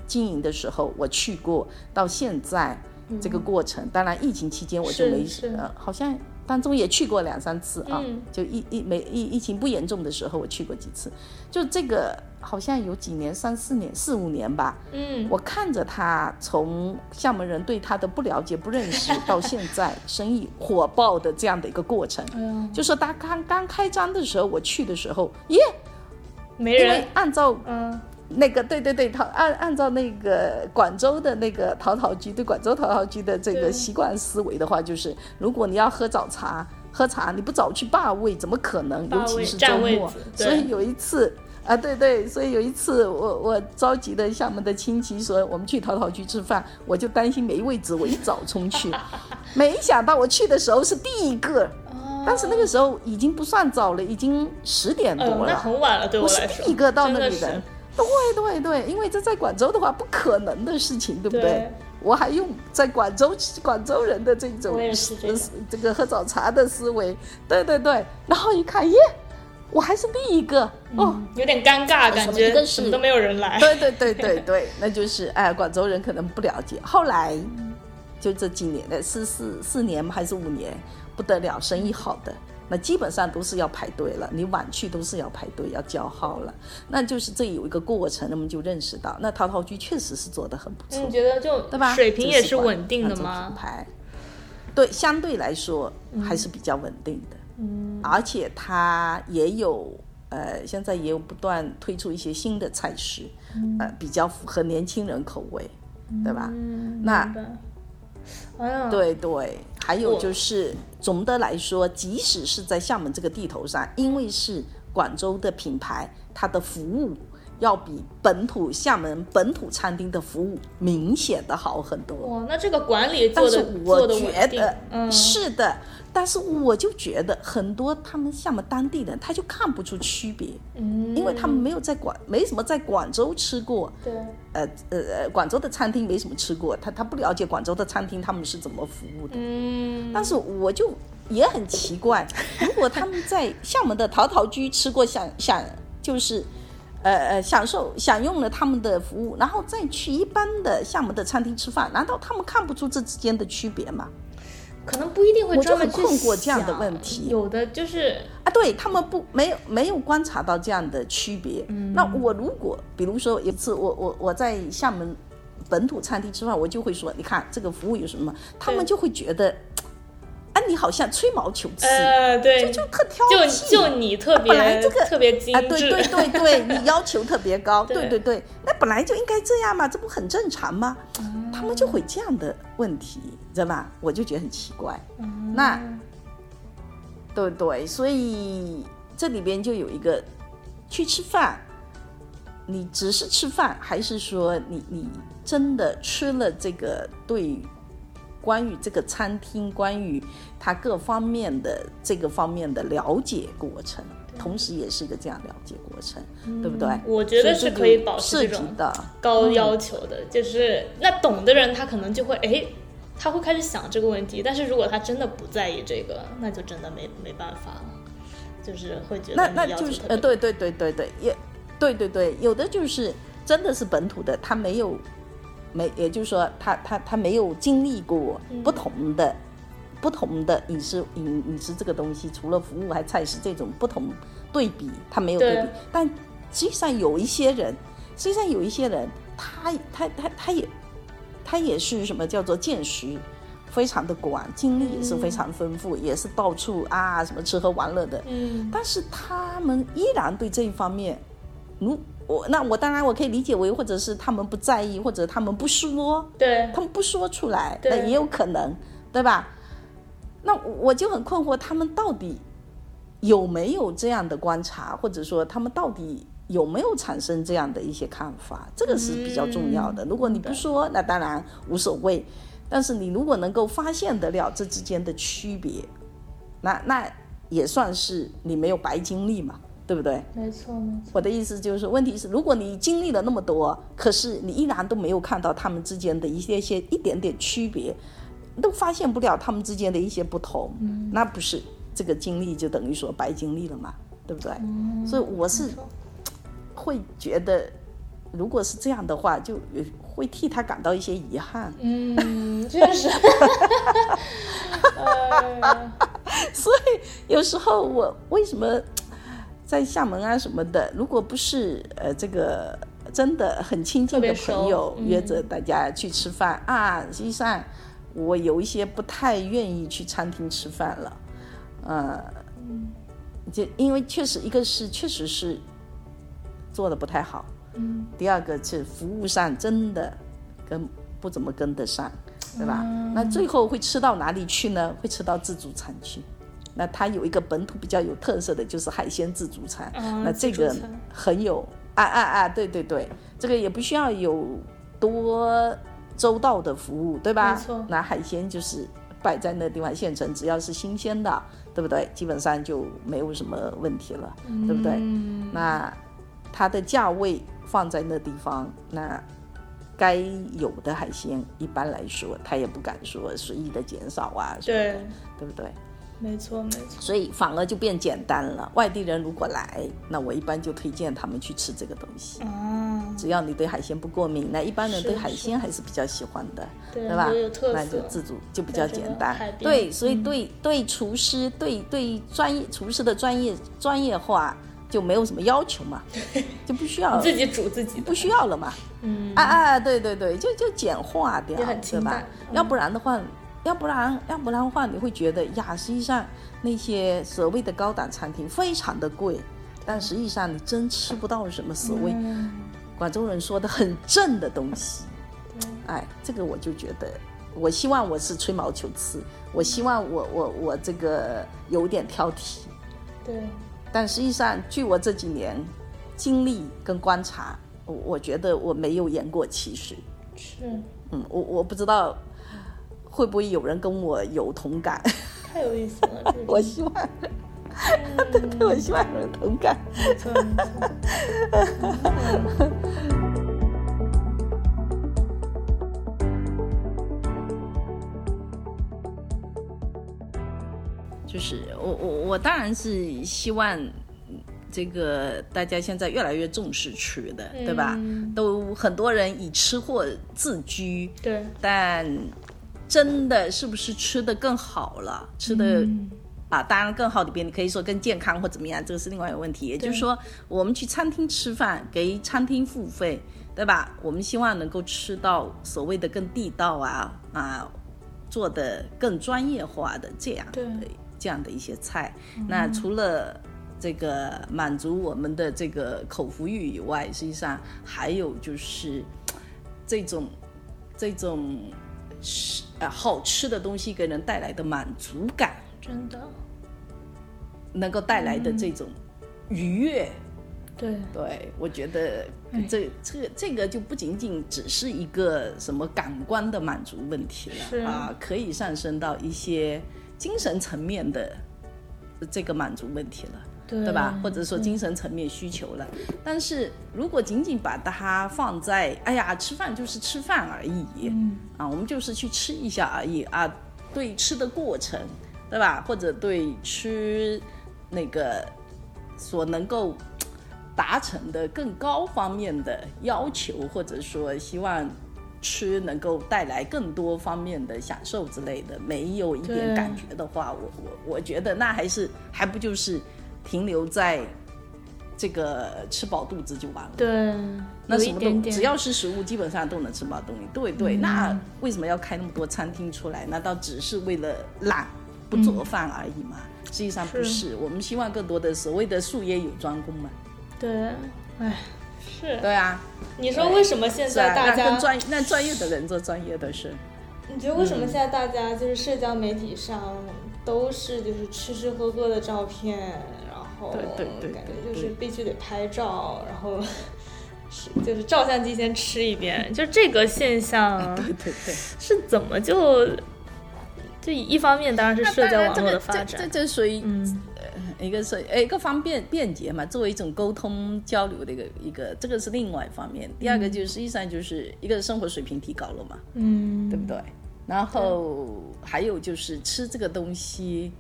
B: 经营的时候，我去过，到现在这个过程，当然疫情期间我就是没
A: 嗯是
B: 呃，好像当中也去过两三次啊，
A: 嗯
B: 就疫疫没疫疫情不严重的时候，我去过几次，就这个好像有几年，三四年、四五年吧，
A: 嗯，
B: 我看着他从厦门人对他的不了解、不认识，到现在生意火爆的这样的一个过程。
A: 哎呀，
B: 就说他刚刚开张的时候，我去的时候，耶，
A: 没
B: 因为
A: 人，
B: 按照
A: 嗯，
B: 那个对对对，淘按按照那个广州的那个淘淘居对广州淘淘居的这个
A: 对
B: 习惯思维的话，就是如果你要喝早茶，喝茶你不早去霸位，怎么可能？
A: 霸
B: 尤其
A: 位
B: 是周
A: 占位
B: 末
A: 子。对
B: 所以有一次啊，对对，所以有一次我我着急的向我们的亲戚说我们去陶陶居吃饭，我就担心没位置，我一早 冲去，没想到我去的时候是第一个，
A: 啊
B: 但是那个时候已经不算早了，已经十点多
A: 哎呦，
B: 了，
A: 那很晚了，对
B: 我
A: 来
B: 是
A: 说，
B: 第一个到那里
A: 真是
B: 的。对对对，因为这在广州的话不可能的事情，对不对？
A: 对
B: 我还用在广州广州人的这种
A: 我也是这样
B: 思这个喝早茶的思维，对对对。然后一看，耶，我还是第一个哦。
A: 嗯有点尴尬，感
B: 一个
A: 觉
B: 是
A: 什么都没有人来。
B: 对对对对对，那就是哎，广州人可能不了解。后来就这几年的四四四年还是五年，不得了，生意好的。那基本上都是要排队了，你晚去都是要排队，要叫号了。那就是这有一个过程，那么就认识到，那陶陶居确实是做得很不错。
A: 嗯，你觉得就
B: 对吧？
A: 水平也是
B: 这
A: 稳定的
B: 这款
A: 吗嗯
B: 品？牌，对，相对来说还是比较稳定的。嗯，而且它也有呃，现在也有不断推出一些新的菜式，呃，比较符合年轻人口味，对吧？
A: 嗯，
B: 那
A: 明白哎呀，
B: 对对，还有
A: 我
B: 就是总的来说，即使是在厦门这个地头上，因为是广州的品牌，它的服务要比本土厦门本土餐厅的服务明显的好很多。
A: 哇，那这个管理
B: 但
A: 做
B: 是
A: 的
B: 我
A: 做的
B: 觉
A: 稳定
B: 得，，
A: 嗯，
B: 是的，但是我就觉得很多他们厦门当地人他就看不出区别，
A: 嗯
B: 因为他们没有在广没什么在广州吃过，
A: 对，
B: 呃呃呃，广州的餐厅没什么吃过，他他不了解广州的餐厅他们是怎么服务的。
A: 嗯，
B: 但是我就也很奇怪，如果他们在厦门的陶陶居吃过享享就是，呃呃享受享用了他们的服务，然后再去一般的厦门的餐厅吃饭，难道他们看不出这之间的区别吗？
A: 可能不一定会
B: 我就
A: 专门
B: 很
A: 去
B: 困惑这样的
A: 想
B: 问题
A: 有的就是
B: 啊，对他们不没有没有观察到这样的区别。
A: 嗯
B: 那我如果比如说有一次我我我在厦门本土餐厅吃饭，我就会说，你看这个服务有什么，他们就会觉得，啊，你好像吹毛求疵。
A: 呃，对，
B: 就特挑
A: 就
B: 剔，啊
A: 就你特别
B: 本来这个
A: 特别精
B: 啊，
A: 致，
B: 对对对对， 你要求特别高，
A: 对
B: 对对对，那本来就应该这样嘛，这不很正常吗？
A: 嗯
B: 他们就会这样的问题，知道吧？我就觉得很奇怪。
A: 嗯
B: 那对对，所以这里边就有一个去吃饭，你只是吃饭，还是说你你真的吃了这个对关于这个餐厅、关于它各方面的这个方面的了解过程，同时也是一个这样了解过程，对不对？
A: 嗯我觉得
B: 所
A: 是
B: 以这
A: 可以
B: 就
A: 保持
B: 涉
A: 这
B: 及
A: 种
B: 到
A: 高要求
B: 嗯
A: 的，就是那懂的人他可能就会哎，他会开始想这个问题，但是如果他真的不在意这个，那就真的没没办法了，就是会觉
B: 那
A: 得
B: 那
A: 你要求
B: 就是
A: 特别
B: 呃，对对对对对，也对对对，有的就是真的是本土的，他没有没，也就是说他他他没有经历过
A: 嗯
B: 不同的、不同的饮食饮饮食这个东西，除了服务还菜式这种不同对比，他没有对比
A: 对，
B: 但实际上有一些人，实际上有一些人，他他他他也他也是什么叫做见识非常的广，经历也是非常丰富，也是到处啊什么吃喝玩乐的，
A: 嗯
B: 但是他们依然对这一方面，如我那我当然我可以理解为，或者是他们不在意，或者他们不说，
A: 对，
B: 他们不说出来，
A: 对
B: 那也有可能，对吧？那我我就很困惑，他们到底有没有这样的观察，或者说他们到底有没有产生这样的一些看法？这个是比较重要
A: 嗯
B: 的。如果你不说，那当然无所谓，但是你如果能够发现得了这之间的区别，那那也算是你没有白经历嘛，对不对？
A: 没错没错，
B: 我的意思就是，问题是，如果你经历了那么多，可是你依然都没有看到他们之间的一些些一点点区别，都发现不了他们之间的一些不同，那不是这个经历就等于说白经历了嘛，对不对？所以我是会觉得，如果是这样的话，就有会替他感到一些遗憾。
A: 嗯，确 实，呃，
B: 有时候我为什么在厦门啊什么的，如果不是呃这个真的很亲近
A: 特
B: 的
A: 别熟
B: 朋友
A: 嗯
B: 约着大家去吃饭、啊，实际上我有一些不太愿意去餐厅吃饭了，呃，
A: 嗯
B: 就因为确实一个是确实是做的不太好，
A: 嗯，
B: 第二个是服务上真的跟不怎
A: 嗯
B: 么跟得上，对吧？那最后会吃到哪里去呢？会吃到自助餐去。那它有一个本土比较有特色的就是海鲜自助餐，
A: 嗯
B: 那这
A: 自助
B: 个
A: 餐
B: 很有啊啊啊，对对对，这个也不需要有多周到的服务，对吧？
A: 没错
B: 那海鲜就是摆在那地方现成，只要是新鲜的，对不对？基本上就没有什么问题了，
A: 嗯
B: 对不对？那它的价位放在那地方，那该有的海鲜一般来说，它也不敢说随意的减少啊，什么的
A: 对，
B: 对不对？
A: 没错没错，
B: 所以反而就变简单了。外地人如果来，那我一般就推荐他们去吃这个东西。
A: 啊，
B: 只要你对海鲜不过敏，那一般人
A: 是
B: 对
A: 的
B: 海
A: 是
B: 鲜还是比较喜欢的，
A: 对
B: 吧
A: 都有？特
B: 那就
A: 色
B: 自主就比
A: 在
B: 较
A: 这个
B: 简单
A: 海。边嗯
B: 对，所以对对厨师对对专业厨师的专业专业化就没有什么要求 嘛，就不需要
A: 自己煮自己的
B: 不，需要了嘛。
A: 嗯，
B: 啊啊，对对对，就就简化掉
A: 也很，
B: 对
A: 清
B: 吧
A: 淡？嗯
B: 要不然的话，要不然要不然的话，你会觉得呀，实际上那些所谓的高档餐厅非常的贵，但实际上你真吃不到什么所谓
A: 嗯
B: 广州人说的很正的东西。哎，这个我就觉得，我希望我是吹毛求疵，我希望我我我这个有点挑剔，
A: 对，
B: 但实际上，据我这几年经历跟观察，我我觉得我没有言过其实。
A: 是
B: 嗯，我我不知道会不会有人跟我有同感，
A: 太有意思了， 这
B: 我希望，对对，我希望有人同感。
A: 没错没错。
B: 就是我我我当然是希望嗯这个大家现在越来越重视吃的， 对吧？
A: 嗯
B: 都很多人以吃货自居，
A: 对，
B: 但真的是不是吃的更好了？吃的、
A: 嗯
B: 啊，当然更好里边，你可以说更健康或怎么样，这个是另外一个问题。也就是说，我们去餐厅吃饭，给餐厅付费，对吧？我们希望能够吃到所谓的更地道啊啊，做的更专业化的这样的
A: 对
B: 这样的一些菜。那除了这个满足我们的这个口福欲以外，实际上还有就是这种这种是呃好吃的东西给人带来的满足感，
A: 真的，
B: 能够带来的这种
A: 嗯
B: 愉悦。
A: 对，
B: 对，我觉得
A: 哎
B: 这这个这个就不仅仅只是一个什么感官的满足问题
A: 是
B: 了啊，可以上升到一些精神层面的这个满足问题了。
A: 对
B: 对吧？或者说精神层面需求了。但是如果仅仅把它放在哎呀，吃饭就是吃饭而已，啊，我们就是去吃一下而已啊，对吃的过程，对吧？或者对吃那个所能够达成的更高方面的要求，或者说希望。吃能够带来更多方面的享受之类的，没有一点
A: 对
B: 感觉的话，我我我觉得那还是还不就是停留在这个吃饱肚子就完了。
A: 对，有
B: 那什
A: 一
B: 么都
A: 点点，嗯
B: 只要是食物，基本上都能吃饱东西。对对，那为什么要开那么多餐厅出来？难道只是为了懒不做饭而已吗？实际上不
A: 是
B: 是，我们希望更多的所谓的术业有专攻嘛。
A: 对，哎，是。
B: 对啊，
A: 你说为什么现
B: 是啊
A: 在，大
B: 那
A: 家
B: 更？专那专业的人做专业的事。
A: 你觉得为什
B: 嗯
A: 么现在大家就是社交媒体上都是就是吃吃喝喝的照片，然后
B: 对对对
A: 感
B: 对
A: 觉就
B: 对
A: 是必须得拍照，然后是就是照相机先吃一遍，就这个现象
B: 啊对对对。
A: 是怎么就就一方面当然是社交网络的发
B: 这个
A: 展，
B: 这这属于
A: 嗯，
B: 一个是呃一个方便便捷嘛，作为一种沟通交流的一个一个，这个是另外一方面。第二个就是实际上就是一个生活水平提高了嘛，
A: 嗯，
B: 对不对？然后还有就是吃这个东西。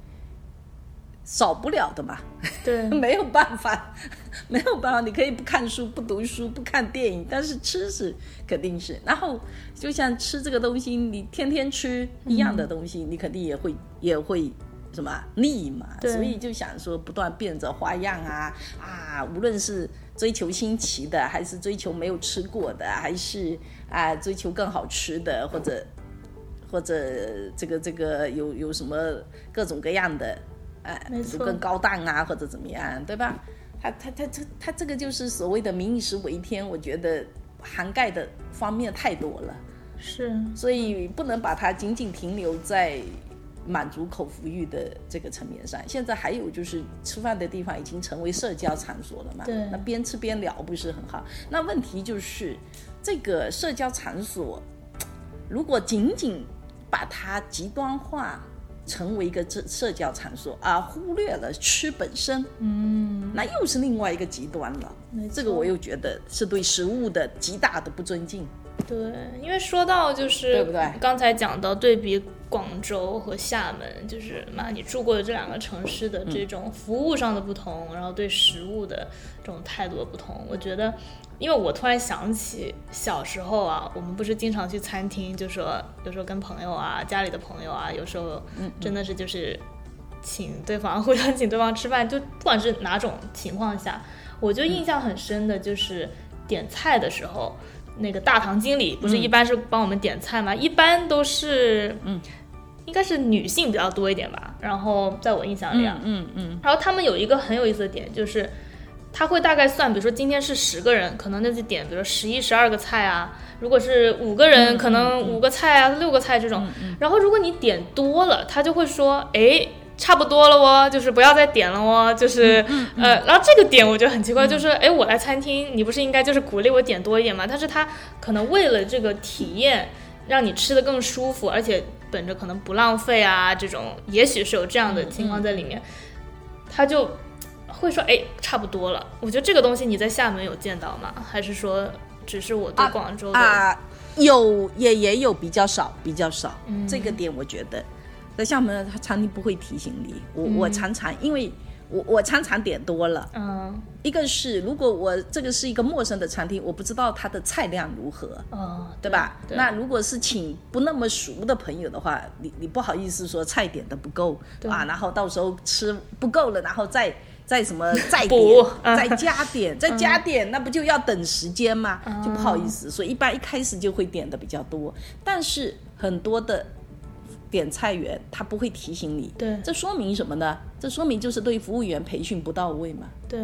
B: 少不了的嘛，
A: 对
B: 没有办法， 没有办法，你可以不看书、不读书、不看电影，但是吃是肯定是。然后就像吃这个东西，你天天吃一样的东西，你肯定也会也会什么啊腻嘛。
A: 对
B: 所以就想说不断变着花样啊啊，无论是追求新奇的，还是追求没有吃过的，还是啊追求更好吃的，或者或者这个这个有有什么各种各样的，哎、
A: 没
B: 就
A: 错
B: 更高档啊，或者怎么样，对吧？他他他这他这个就是所谓的“民以食为天”，我觉得涵盖的方面太多了，
A: 是，
B: 所以不能把它仅仅停留在满足口服欲的这个层面上。现在还有就是吃饭的地方已经成为社交场所了嘛，
A: 对
B: 那边吃边聊不是很好？那问题就是这个社交场所，如果仅仅把它极端化。成为一个社社交场所，而忽略了吃本身，嗯，那又是另外一个极端了。
A: 没
B: 这个
A: 错
B: 我又觉得是对食物的极大的不尊敬。
A: 对，因为说到就是
B: 对不对
A: 刚才讲到对比广州和厦门，就是嘛，你住过的这两个城市的
B: 嗯
A: 这种服务上的不同，然后对食物的这种态度的不同，我觉得，因为我突然想起小时候啊，我们不是经常去餐厅，就说有时候跟朋友啊、家里的朋友啊，有时候
B: 嗯
A: 真的是就是请对方互相请对方吃饭， 就不管是哪种情况下，我就印象很深的就是点菜的时候，那个大堂经理不是一般是帮我们点菜吗？一般都是嗯，应该是女性比较多一点吧。然后在我印象里啊，
B: 嗯嗯，
A: 然后他们有一个很有意思的点，就是他会大概算，比如说今天是十个人，可能那就点，比如说十一、十二个菜啊；如果是五个人，可能五个菜啊、六个菜这种。然后如果你点多了，他就会说：“哎。”差不多了哦，就是不要再点了哦，就是、呃，然后这个点我觉得很奇怪，就是哎，我来餐厅，你不是应该就是鼓励我点多一点吗？但是他可能为了这个体验，让你吃的更舒服，而且本着可能不浪费啊这种，也许是有这样的情况在里面，他就会说，哎，差不多了。我觉得这个东西你在厦门有见到吗？还是说只是我对广州的？
B: 啊，有也也有比较少，比较少，这个点我觉得，在厦门他餐厅不会提醒你，我、我常常因为我我常常点多了，
A: 嗯
B: 一个是如果我这个是一个陌生的餐厅，我不知道它的菜量如何。
A: 哦，
B: 对吧？
A: 对
B: 那如果是请不那么熟的朋友的话，你你不好意思说菜点的不够
A: 对
B: 啊，然后到时候吃不够了，然后再再 什么再点
A: 补嗯
B: 再加 点再加点，那不就要等时间吗？
A: 啊
B: 就不好意思，所以一般一开始就会点的比较多，但是很多的点菜员他不会提醒你，
A: 对
B: 这说明什么呢？这说明就是对服务员培训不到位嘛，
A: 对，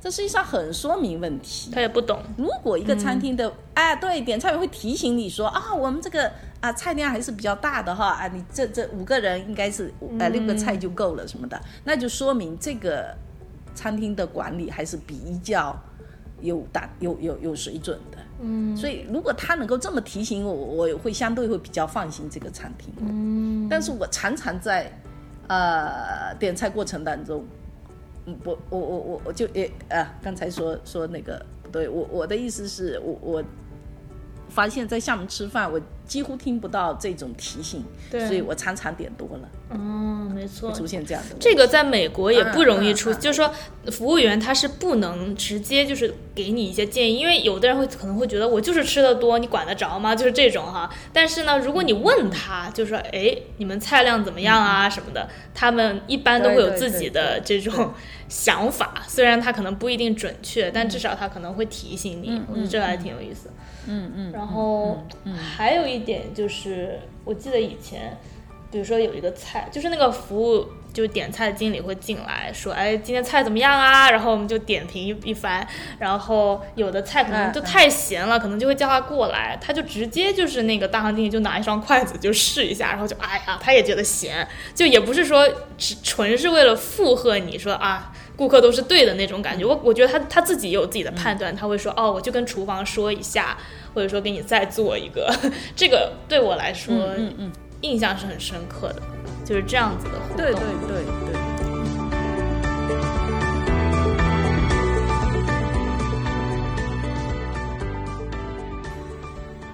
B: 这实际上很说明问题。
A: 他也不懂。
B: 如果一个餐厅的，哎，对，点菜员会提醒你说啊，我们这个啊菜量还是比较大的哈，啊，你这这五个人应该是呃六个菜就够了什么的，那就说明这个餐厅的管理还是比较有大有有有水准的。嗯，所以如果他能够这么提醒我，我会相对会比较放心这个餐厅。嗯，但是我常常在呃点菜过程当中，嗯，我我我我我就也啊，刚才说说那个不对，我我的意思是我我发现在厦门吃饭，我几乎听不到这种提醒，
A: 对
B: 所以我常常点多了，
A: 嗯，没错
B: 会。出现这样的问题。
A: 哦这个在美国也不容易出，
B: 嗯嗯嗯
A: 就是说服务员他是不能直接就是给你一些建议，因为有的人会可能会觉得我就是吃的多，你管得着吗？就是这种哈。但是呢，如果你问他，就说哎，你们菜量怎么样啊什么的，他们一般都会有
B: 嗯对对
A: 自己的这种想法，虽然他可能不一定准确，但至少他可能会提醒你。我觉得这个还挺有意思。
B: 嗯嗯，
A: 然后还有一点就是，我记得以前，比如说有一个菜，就是那个服务就是点菜的经理会进来说，哎，今天菜怎么样啊？然后我们就点评一一番。然后有的菜可能
B: 嗯
A: 就太咸了，可能就会叫他过来，他就直接就是那个大堂经理就拿一双筷子就试一下，然后就哎呀，他也觉得咸，就也不是说只纯是为了附和你说啊。顾客都是对的那种感觉，我我觉得他他自己也有自己的判断，他会说哦，我就跟厨房说一下，或者说给你再做一个， 这个对我来说、
B: 嗯嗯，
A: 印象是很深刻的，就是这样子的互动。
B: 对对对对。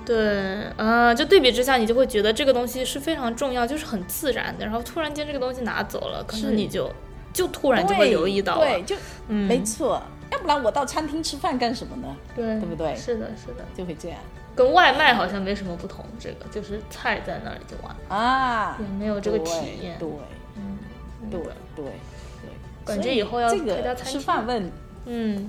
A: 对，呃，就对比之下，你就会觉得这个东西是非常重要，就是很自然的。然后突然间这个东西拿走了，可能你就就突然就会留意到了。啊嗯
B: 对，就、没错，要不然我到餐厅吃饭干什么呢？
A: 对
B: 对不对
A: 是的，是的，
B: 就会这样
A: 跟外卖好像没什么不同，这个就是菜在那里就完了，
B: 啊
A: 也，没有这个体验。
B: 对
A: 嗯，
B: 对对对，
A: 感觉
B: 所以
A: 以后要
B: 这
A: 开家
B: 个
A: 餐
B: 吃
A: 厅
B: 饭问
A: 嗯，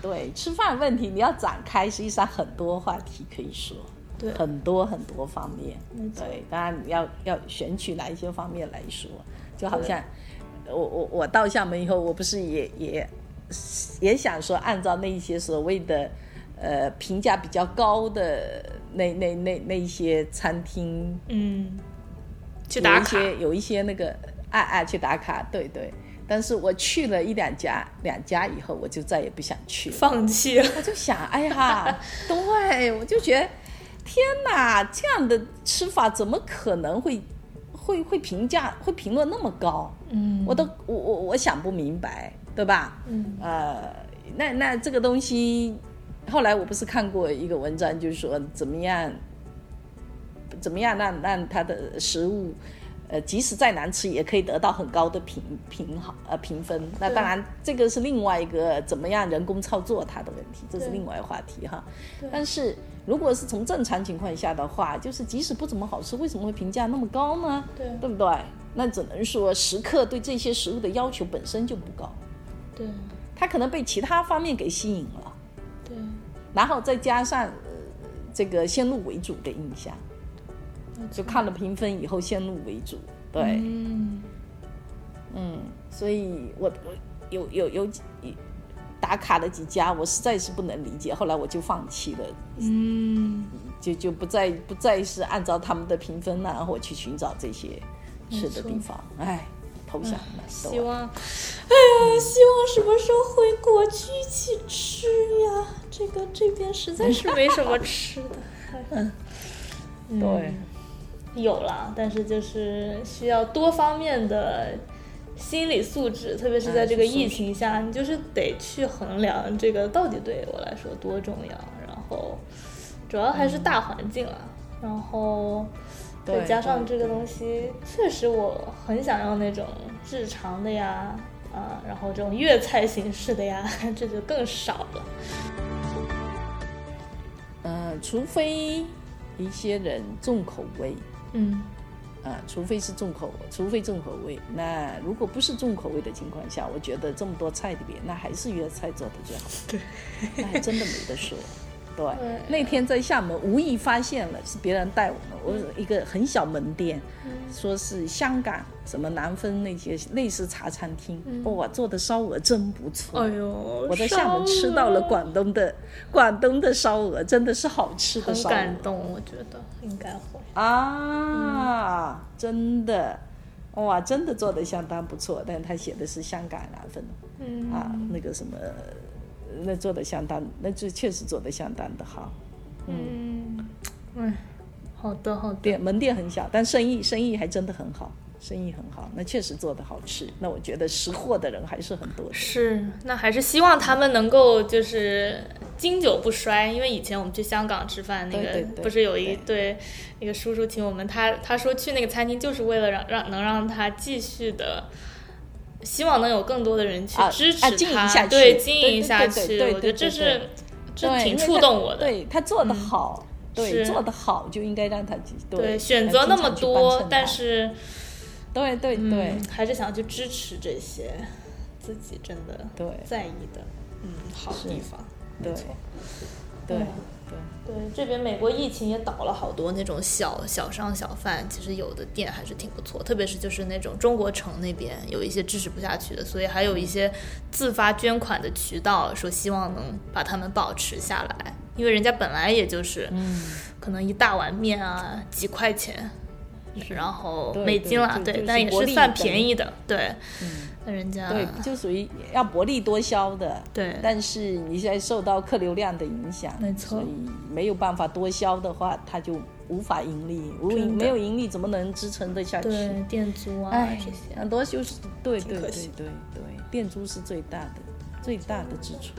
B: 对吃饭问题，你要展开，实际上很多话题可以说，
A: 对
B: 很多很多方面
A: 没，错
B: 对，当然你要要选取哪一些方面来说，就好像我我我到厦门以后，我不是也也也想说，按照那一些所谓的呃评价比较高的那那那那一些餐厅
A: 嗯，去打
B: 有一
A: 卡，
B: 些有一些那个爱爱去打卡，对对。但是我去了一两家，两家以后我就再也不想去了。
A: 放弃了。
B: 我就想，哎呀，对，我就觉得，天哪，这样的吃法怎么可能会会会评价会评论那么高？
A: 嗯，
B: 我都我我我想不明白，对吧？
A: 嗯，
B: 呃，那那这个东西，后来我不是看过一个文章，就是说怎么样，呃怎么样让让它的食物，呃，即使再难吃，也可以得到很高的评评好呃评分。那
A: 对
B: 当然，这个是另外一个怎么样人工操作它的问题，这是
A: 对
B: 另外一个话题哈
A: 对。
B: 但是如果是从正常情况下的话，就是即使不怎么好吃，为什么会评价那么高呢？
A: 对
B: 对不对？那只能说食客对这些食物的要求本身就不高，
A: 对
B: 他可能被其他方面给吸引了，
A: 对，
B: 然后再加上、呃、这个先入为主的印象，就看了评分以后先入为主，对，
A: 嗯，
B: 嗯，所以我我有有有几打卡了几家，我实在是不能理解，后来我就放弃了，
A: 嗯，
B: 就就不再不再是按照他们的评分啊，或去寻找这些吃的
A: 没错
B: 地方，哎，投降了，都
A: 希望，哎呀，希望什么时候回国去一起吃呀？这个这边实在是没什么吃的。哎嗯
B: 啊对。
A: 有啦，但是就是需要多方面的心理素质，特别是在这个疫情下，你就是得去衡量这个到底对我来说多重要。然后，主要还是大环境啦，然后再
B: 嗯对
A: 加上这
B: 对
A: 个东西，确实我很想要那种日常的呀，啊，然后这种粤菜形式的呀， 这就更少了。
B: 呃，除非一些人重口味，
A: 嗯
B: 啊、除非是重口，除非重口味。那如果不是重口味的情况下，我觉得这么多菜里边，那还是粤菜做的最好。对，那还真的没得说。对，
A: 对
B: 那天在厦门无意发现了，是别人带我们，我
A: 嗯
B: 有一个很小门店，说是香港什么南分那些类似茶餐厅，
A: 嗯
B: 哇、做的烧鹅真不错。
A: 哎呦，
B: 我在厦门吃到了广东的广东的烧鹅，真的是好吃的
A: 很
B: 烧鹅。
A: 感动，我觉得应该会。
B: 嗯啊，真的，哇，真的做的相当不错，但他写的是香港拿分
A: 嗯
B: 啊，那个什么，那做的相当，那就确实做的相当的好。
A: 嗯，哎，好的好的，
B: 店门店很小，但生意生意还真的很好，生意很好，那确实做的好吃。那我觉得识货的人还是很多的。
A: 是，那还是希望他们能够就是经久不衰，因为以前我们去香港吃饭，那个
B: 对对对
A: 不是有一对那个叔叔请我们，他他说去那个餐厅就是为了让让能让他继续的。希望能有更多的人去
B: 啊
A: 支持他，
B: 啊经营下去
A: 对
B: 对
A: 经
B: 对
A: 营
B: 对
A: 下
B: 对
A: 去，
B: 对对
A: 我觉得这
B: 对
A: 是这
B: 对
A: 挺
B: 因为
A: 触
B: 他
A: 动我的。
B: 对他做的嗯好，
A: 是
B: 对做的好就应该让他去
A: 对
B: 对
A: 选
B: 要
A: 择
B: 经
A: 那么
B: 常去帮衬
A: 多
B: 他，
A: 但是
B: 对对
A: 嗯
B: 对、
A: 还是想去支持这些自己真的
B: 对
A: 在意的嗯好
B: 是
A: 地方。
B: 对
A: 错
B: 对
A: 嗯
B: 对。
A: 对，这边美国疫情也倒了好多那种小小商小贩，其实有的店还是挺不错，特别是就是那种中国城那边有一些支持不下去的，所以还有一些自发捐款的渠道，说希望能把他们保持下来，因为人家本来也就是，可能一大碗面啊几块钱，然后
B: 对
A: 美
B: 对
A: 金啦，
B: 就
A: 对
B: 就，
A: 但
B: 是
A: 也
B: 薄
A: 是
B: 利
A: 算
B: 等
A: 便宜的，对，那人家
B: 对，就属于要薄利多销的。
A: 嗯对
B: 但是你现在受到客流量的影响，
A: 没错
B: 所以没有办法多销的话，它就无法盈利，无
A: 真的
B: 盈没有盈利怎么能支撑得下去？
A: 对店租啊
B: 哎
A: 这些，，
B: 很多就是对对
A: 可
B: 对
A: 惜
B: 对对，店租是最大的最大的支出。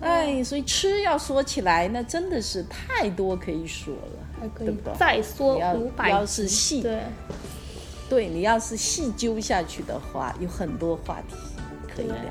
B: 哎，所以吃要说起来，那真的是太多可以说了，
A: 还可
B: 对
A: 以
B: 不对
A: 再缩
B: 你要
A: 五百，
B: 要是细
A: 对。
B: 对你要是细究下去的话，有很多话题可以
A: 对
B: 聊。